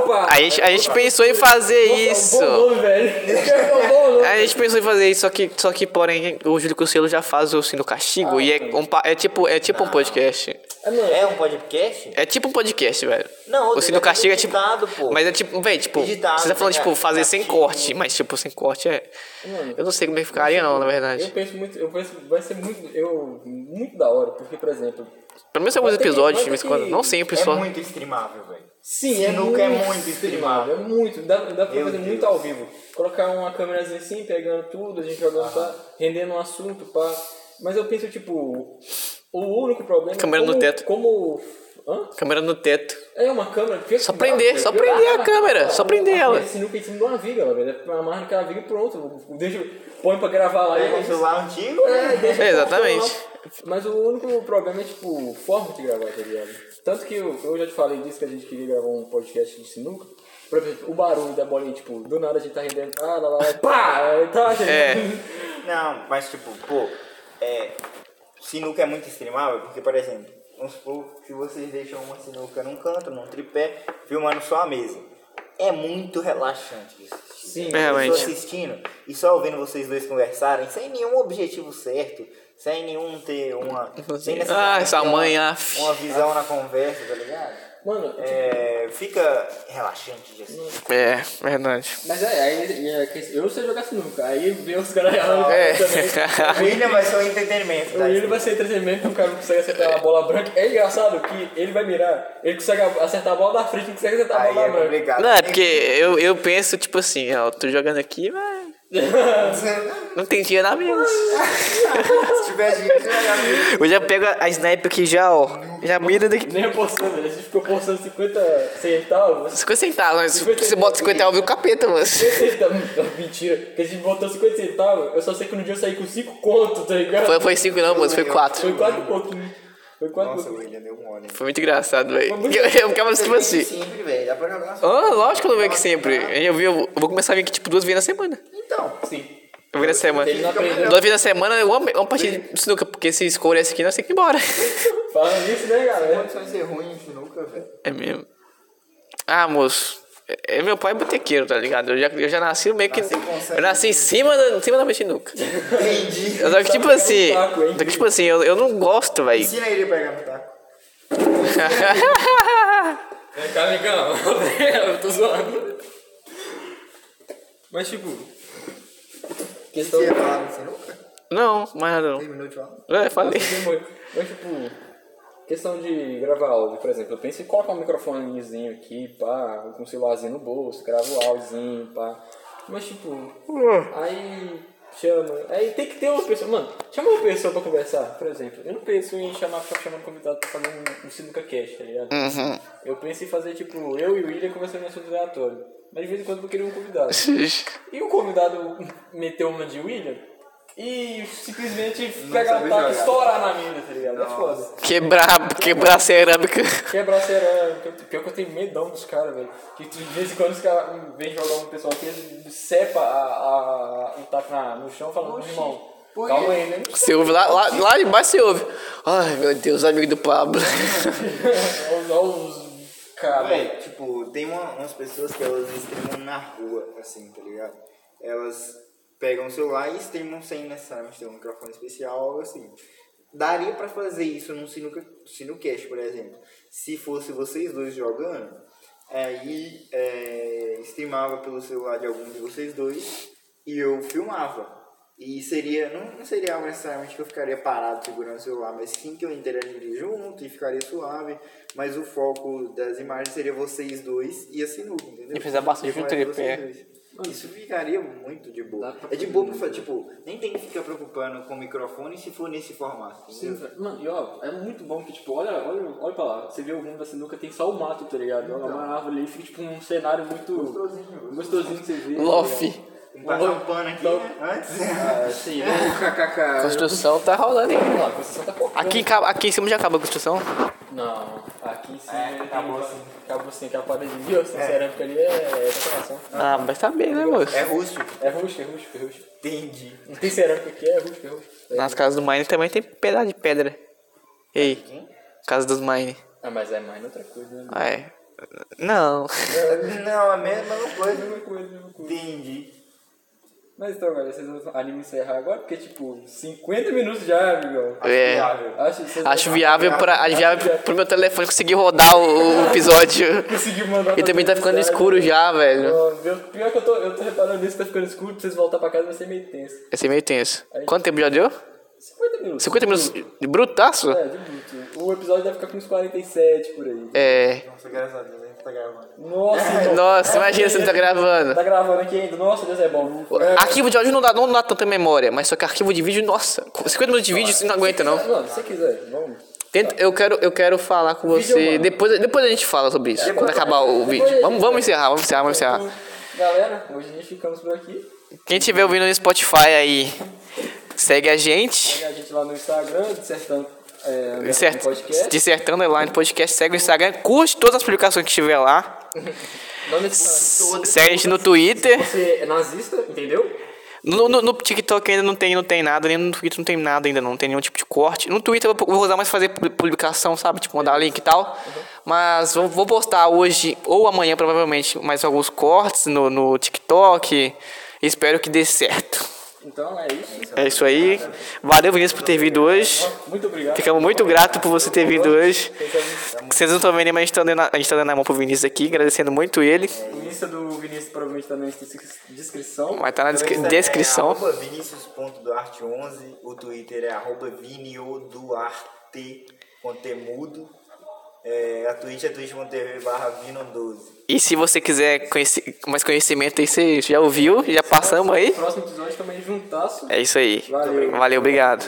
[SPEAKER 2] Opa!
[SPEAKER 1] A gente, a gente pensou em fazer
[SPEAKER 2] É um bom
[SPEAKER 1] isso.
[SPEAKER 2] nome, velho. É um bom nome.
[SPEAKER 1] A gente pensou em fazer isso, só que, só que porém, o Júlio Cocielo já faz o Sino Castigo e é, um, pa- é tipo, é tipo um podcast.
[SPEAKER 2] Ah, mano,
[SPEAKER 3] É um podcast?
[SPEAKER 1] É tipo um podcast, velho.
[SPEAKER 3] Não,
[SPEAKER 1] o Sino
[SPEAKER 3] tá
[SPEAKER 1] Castigo é tipo.
[SPEAKER 3] editado, pô.
[SPEAKER 1] Mas é tipo, velho, tipo.
[SPEAKER 3] Editado,
[SPEAKER 1] você tá falando,
[SPEAKER 3] né, Hum.
[SPEAKER 1] tipo,
[SPEAKER 3] cara?
[SPEAKER 1] fazer sem corte, mas tipo, sem corte é.
[SPEAKER 2] Mano.
[SPEAKER 1] Eu não sei como é que ficaria, não, na
[SPEAKER 2] eu
[SPEAKER 1] verdade.
[SPEAKER 2] penso muito, eu penso, vai ser muito, eu, muito da hora, porque, por exemplo,
[SPEAKER 1] Pelo menos alguns
[SPEAKER 2] Vai ter que-
[SPEAKER 1] episódios, de
[SPEAKER 2] vai
[SPEAKER 1] vez
[SPEAKER 2] ter
[SPEAKER 1] em quando.
[SPEAKER 2] que-
[SPEAKER 1] Não sempre
[SPEAKER 3] É
[SPEAKER 1] só.
[SPEAKER 3] muito streamável, velho.
[SPEAKER 2] Sim,
[SPEAKER 3] Sinuca é muito
[SPEAKER 2] streamável, É muito, dá, dá pra
[SPEAKER 3] Meu
[SPEAKER 2] fazer
[SPEAKER 3] Deus.
[SPEAKER 2] muito ao vivo. Colocar uma câmerazinha assim, pegando tudo, a gente jogando, pá, rendendo um assunto, pá. Mas eu penso, tipo, o único problema. é
[SPEAKER 1] Câmera no
[SPEAKER 2] como,
[SPEAKER 1] teto.
[SPEAKER 2] Como. Hã?
[SPEAKER 1] Câmera no teto.
[SPEAKER 2] É uma câmera. fica-
[SPEAKER 1] Só prender, só prender a câmera, só prender ela.
[SPEAKER 2] Sinuca em cima de uma viga, ela, velho. Amarra naquela viga e pronto. Deixa, põe pra gravar lá
[SPEAKER 3] É
[SPEAKER 2] e
[SPEAKER 3] um celular antigo?
[SPEAKER 2] é, deixa
[SPEAKER 1] É, exatamente.
[SPEAKER 2] funcionar. Mas o único problema é, tipo, forma de gravar, tá ligado? Tanto que eu, eu já te falei disso, que a gente queria gravar um podcast de sinuca. Por exemplo, o barulho da bolinha, tipo, do nada a gente tá rendendo, ah, lá, lá, lá, pá, aí tá, gente.
[SPEAKER 1] É.
[SPEAKER 3] Não, mas tipo, pô, é, sinuca é muito streamável, porque, por exemplo, vamos supor que vocês deixam uma sinuca num canto, num tripé, filmando só a mesa. É muito relaxante isso.
[SPEAKER 2] Sim,
[SPEAKER 1] É,
[SPEAKER 3] Eu
[SPEAKER 1] realmente.
[SPEAKER 3] tô assistindo e só ouvindo vocês dois conversarem, sem nenhum objetivo certo, sem nenhum ter uma. sem
[SPEAKER 1] Ah,
[SPEAKER 3] necessariamente
[SPEAKER 1] essa
[SPEAKER 3] ter
[SPEAKER 1] mãe,
[SPEAKER 3] uma,
[SPEAKER 1] af.
[SPEAKER 3] uma visão na conversa, tá ligado?
[SPEAKER 2] Mano, tipo,
[SPEAKER 3] É, fica relaxante de assistir.
[SPEAKER 1] É, verdade.
[SPEAKER 2] mas é, aí, é, que eu sei jogar sinuca, aí vê os caras lá
[SPEAKER 1] É.
[SPEAKER 3] O William vai ser o entretenimento.
[SPEAKER 2] O
[SPEAKER 3] tá?
[SPEAKER 2] Willian vai ser entretenimento, o cara não consegue acertar a bola branca. É engraçado que ele vai mirar, ele consegue acertar a bola da frente, não consegue acertar a
[SPEAKER 3] Aí
[SPEAKER 2] bola
[SPEAKER 3] é
[SPEAKER 2] da branca.
[SPEAKER 3] complicado.
[SPEAKER 1] Não, é porque eu, eu penso, tipo assim, ó, eu tô jogando aqui, mas. Não tem dia na mesa.
[SPEAKER 3] Se tivesse gente, eu ia ver.
[SPEAKER 1] Eu já pego a a sniper aqui já, ó. Já mira daqui.
[SPEAKER 2] Nem apostando, a gente ficou postando 50 centavos.
[SPEAKER 1] 50 centavos, mas se você bota um, 50 reais, viu capeta, mano.
[SPEAKER 2] 50 centavos, mentira, que a gente botou 50 centavos, eu só sei que no dia eu saí com 5 conto, tá ligado?
[SPEAKER 1] Foi, foi 5 não, moço, foi 4.
[SPEAKER 2] Foi quatro e pouquinho. Foi quatro
[SPEAKER 3] Nossa,
[SPEAKER 2] pouquinho.
[SPEAKER 3] William, deu mole.
[SPEAKER 1] Foi muito engraçado, velho.
[SPEAKER 2] Foi muito
[SPEAKER 1] Eu, eu ficava tipo assim.
[SPEAKER 3] Sempre, velho. Dá pra jogar só.
[SPEAKER 1] Ah, lógico que eu não venho aqui sempre. Eu, vi, eu vou começar a vir aqui tipo duas vezes na semana.
[SPEAKER 3] Então,
[SPEAKER 2] Sim.
[SPEAKER 1] Uma vez na semana.
[SPEAKER 2] Ele não aprendeu.
[SPEAKER 1] Duas vezes na semana, uma, uma partida de sinuca, porque se escolher essa aqui, nós temos que ir embora.
[SPEAKER 2] Falando nisso, né, galera?
[SPEAKER 3] quantos vai ser ruim em sinuca, velho?
[SPEAKER 1] É mesmo. Ah, moço. É, meu pai é botequeiro, tá ligado? Eu já, eu já nasci meio que.
[SPEAKER 3] Nasci com sangue.
[SPEAKER 1] Eu nasci em cima da, em cima da minha sinuca.
[SPEAKER 3] Entendi. Tá um
[SPEAKER 1] Só que tipo assim.
[SPEAKER 2] taco, hein?
[SPEAKER 1] Só que tipo assim, eu, eu não gosto, velho.
[SPEAKER 3] Ensina ele a pegar no taco.
[SPEAKER 2] Vem cá, amigão. eu tô zoando. Mas, tipo... Questão...
[SPEAKER 3] Você ia falar no sinuca?
[SPEAKER 1] Não, mais nada não.
[SPEAKER 3] Terminou de falar?
[SPEAKER 1] É, falei.
[SPEAKER 2] Mas, tipo, questão de gravar áudio, por exemplo, eu penso em colocar um microfonezinho aqui, pá, com um celularzinho no bolso, gravo o áudiozinho, pá. Mas, tipo, aí chama. Aí tem que ter uma pessoa. Mano, chama uma pessoa pra conversar, por exemplo. Eu não penso em chamar, ficar chamando convidado pra fazer um, um Sinuca Cash, tá ligado? Eu penso em fazer, tipo, eu e o William conversando em assunto aleatório. Mas de vez em quando eu vou querer um convidado. E o convidado meteu uma de William e simplesmente pegar um taco
[SPEAKER 3] sabe
[SPEAKER 2] e
[SPEAKER 3] jogar.
[SPEAKER 2] estourar na mina, tá ligado? É foda.
[SPEAKER 1] Quebrar, quebrar a cerâmica.
[SPEAKER 2] Quebrar cerâmica. é, Pior que eu tenho medão dos caras, velho. Que de vez em quando os caras vêm jogar um pessoal aqui, eles cepa a, a, o taco na, no chão falando,
[SPEAKER 3] Oxi.
[SPEAKER 2] irmão,
[SPEAKER 3] Por
[SPEAKER 2] calma
[SPEAKER 3] quê?
[SPEAKER 2] aí, né?
[SPEAKER 1] Você ouve lá, lá, lá de baixo você ouve. Ai meu Deus, amigo do Pablo.
[SPEAKER 2] Olha os caras.
[SPEAKER 3] Véi, tipo, tem uma- umas pessoas que elas streamam na rua, assim, tá ligado? Elas pegam o celular e streamam sem necessariamente ter um microfone especial, algo assim. Daria pra fazer isso num sinuca, sinucast, por exemplo. Se fosse vocês dois jogando, aí é, streamava pelo celular de algum de vocês dois e eu filmava. E seria, não, não seria algo necessariamente que eu ficaria parado segurando o celular, mas sim que eu interagiria junto e ficaria suave. Mas o foco das imagens seria vocês dois e a sinuca, entendeu?
[SPEAKER 1] E fazer bastante
[SPEAKER 3] Eu faria
[SPEAKER 1] um tripé.
[SPEAKER 3] vocês dois. Isso ficaria muito de
[SPEAKER 2] Dá
[SPEAKER 3] boa.
[SPEAKER 2] pra
[SPEAKER 3] É de boa pra fazer, tipo, nem tem que ficar preocupando com o microfone se for nesse formato.
[SPEAKER 2] Sim,
[SPEAKER 3] entendeu?
[SPEAKER 2] velho. mano, e ó, é muito bom que, tipo, olha, olha, olha pra lá, você vê o mundo da sinuca, tem só o É mato, tá ligado? Olha uma árvore ali, fica, tipo, um cenário muito
[SPEAKER 3] Então. Gostosinho.
[SPEAKER 2] gostosinho que você vê. tá
[SPEAKER 1] Lofi.
[SPEAKER 2] ligado?
[SPEAKER 3] Vamos passar um pano aqui, né? Antes.
[SPEAKER 2] Assim, vamos kkk.
[SPEAKER 1] Construção tá rolando aí.
[SPEAKER 2] Vamos lá, a construção tá por
[SPEAKER 1] Aqui, em ca- aqui em cima já acaba a construção.
[SPEAKER 2] Não, aqui sim.
[SPEAKER 3] É, acabou assim.
[SPEAKER 2] Acabou sim, aquela parede de viu? Essa cerâmica ali é é decoração.
[SPEAKER 1] Ah, mas tá bem, né, moço?
[SPEAKER 3] É rústico.
[SPEAKER 2] É rústico, é rústico, é rústico.
[SPEAKER 3] Entendi.
[SPEAKER 2] Não tem cerâmica aqui, é rústico, é rústico.
[SPEAKER 1] Nas casas do Mine também tem pedaço de pedra. Ei, casa dos Mine.
[SPEAKER 2] Ah, mas é mais outra coisa, né?
[SPEAKER 1] Ah, é. Não.
[SPEAKER 3] Não, é a mesma coisa.
[SPEAKER 2] Mesma É coisa, mesma coisa.
[SPEAKER 3] Entendi.
[SPEAKER 2] Mas então, galera, vocês vão anime encerrar agora? Porque, tipo, 50 minutos já, amigão.
[SPEAKER 1] É.
[SPEAKER 3] Viável.
[SPEAKER 2] Acho que vocês
[SPEAKER 1] Acho
[SPEAKER 2] vão
[SPEAKER 1] viável, pra, acho viável pro meu telefone conseguir rodar o, o episódio.
[SPEAKER 2] conseguir mandar
[SPEAKER 1] E
[SPEAKER 2] pra
[SPEAKER 1] também tá ficando
[SPEAKER 2] todos,
[SPEAKER 1] escuro
[SPEAKER 2] né?
[SPEAKER 1] já, velho.
[SPEAKER 2] Ó, meu- Pior que eu tô, eu tô reparando nisso, tá ficando escuro, pra vocês voltar pra casa vai ser meio tenso.
[SPEAKER 1] Vai ser é meio tenso. Quanto tempo já deu?
[SPEAKER 2] 50 minutos.
[SPEAKER 1] 50 minutos de brutaço?
[SPEAKER 2] É, de muito. O episódio deve ficar com uns 47 por aí.
[SPEAKER 1] É.
[SPEAKER 3] Nossa, graças a Deus, a gente tá gravando.
[SPEAKER 2] Nossa, irmão.
[SPEAKER 1] Nossa, imagina você não tá gravando. ah.
[SPEAKER 2] Tá gravando aqui ainda. Nossa, Deus é bom. É,
[SPEAKER 1] Arquivo de áudio não dá, não dá tanta memória, mas só que arquivo de vídeo, nossa, 50 minutos de vídeo você não aguenta, não.
[SPEAKER 2] Mano, se você quiser, vamos.
[SPEAKER 1] Tenta- eu, quero, eu quero falar com você.
[SPEAKER 2] Videomano.
[SPEAKER 1] Depois, depois a gente fala sobre isso, quando acabar o
[SPEAKER 2] Depois a gente
[SPEAKER 1] vídeo. Vamos, vamos
[SPEAKER 2] vai.
[SPEAKER 1] encerrar, vamos encerrar, vamos encerrar.
[SPEAKER 2] Então, Galera, hoje nós ficamos por aqui.
[SPEAKER 1] Quem tiver ouvindo no Spotify aí, segue a gente.
[SPEAKER 2] Segue a gente lá no Instagram, dissertando é,
[SPEAKER 1] Dissert,
[SPEAKER 2] podcast.
[SPEAKER 1] dissertando lá no podcast, segue o Instagram, curte todas as publicações que tiver lá.
[SPEAKER 2] Não nesse
[SPEAKER 1] Segue a gente no Twitter.
[SPEAKER 2] Você é nazista, entendeu?
[SPEAKER 1] No, no, no TikTok ainda não tem, não tem nada, nem no Twitter não tem nada ainda, não tem nenhum tipo de corte. No Twitter eu vou- vou usar mais fazer pu- publicação, sabe? Tipo, mandar link e tal. Mas vou, vou postar hoje ou amanhã, provavelmente, mais alguns cortes no, no TikTok. Espero que dê certo.
[SPEAKER 2] Então é isso.
[SPEAKER 1] É isso aí. Valeu, Vinícius, por ter vindo hoje.
[SPEAKER 2] Muito obrigado.
[SPEAKER 1] Ficamos muito gratos por você ter vindo hoje.
[SPEAKER 2] Esse é
[SPEAKER 1] Vocês não estão vendo, mas a gente tá dando a, a gente tá dando a mão pro Vinícius aqui, agradecendo muito ele.
[SPEAKER 2] O o Insta do Vinícius provavelmente tá na descrição.
[SPEAKER 1] Vai estar tá na descri-
[SPEAKER 3] É
[SPEAKER 1] descrição.
[SPEAKER 3] arroba vinicius.duarte11. O Twitter é arroba vinioduarte, conteúdo. É, a Twitch é twitch.tv barra vino12.
[SPEAKER 1] E se você quiser conhecer, mais conhecimento aí, você já ouviu? Já passamos aí?
[SPEAKER 2] No próximo episódio também juntasso.
[SPEAKER 1] É isso aí.
[SPEAKER 2] Valeu.
[SPEAKER 1] Valeu, obrigado.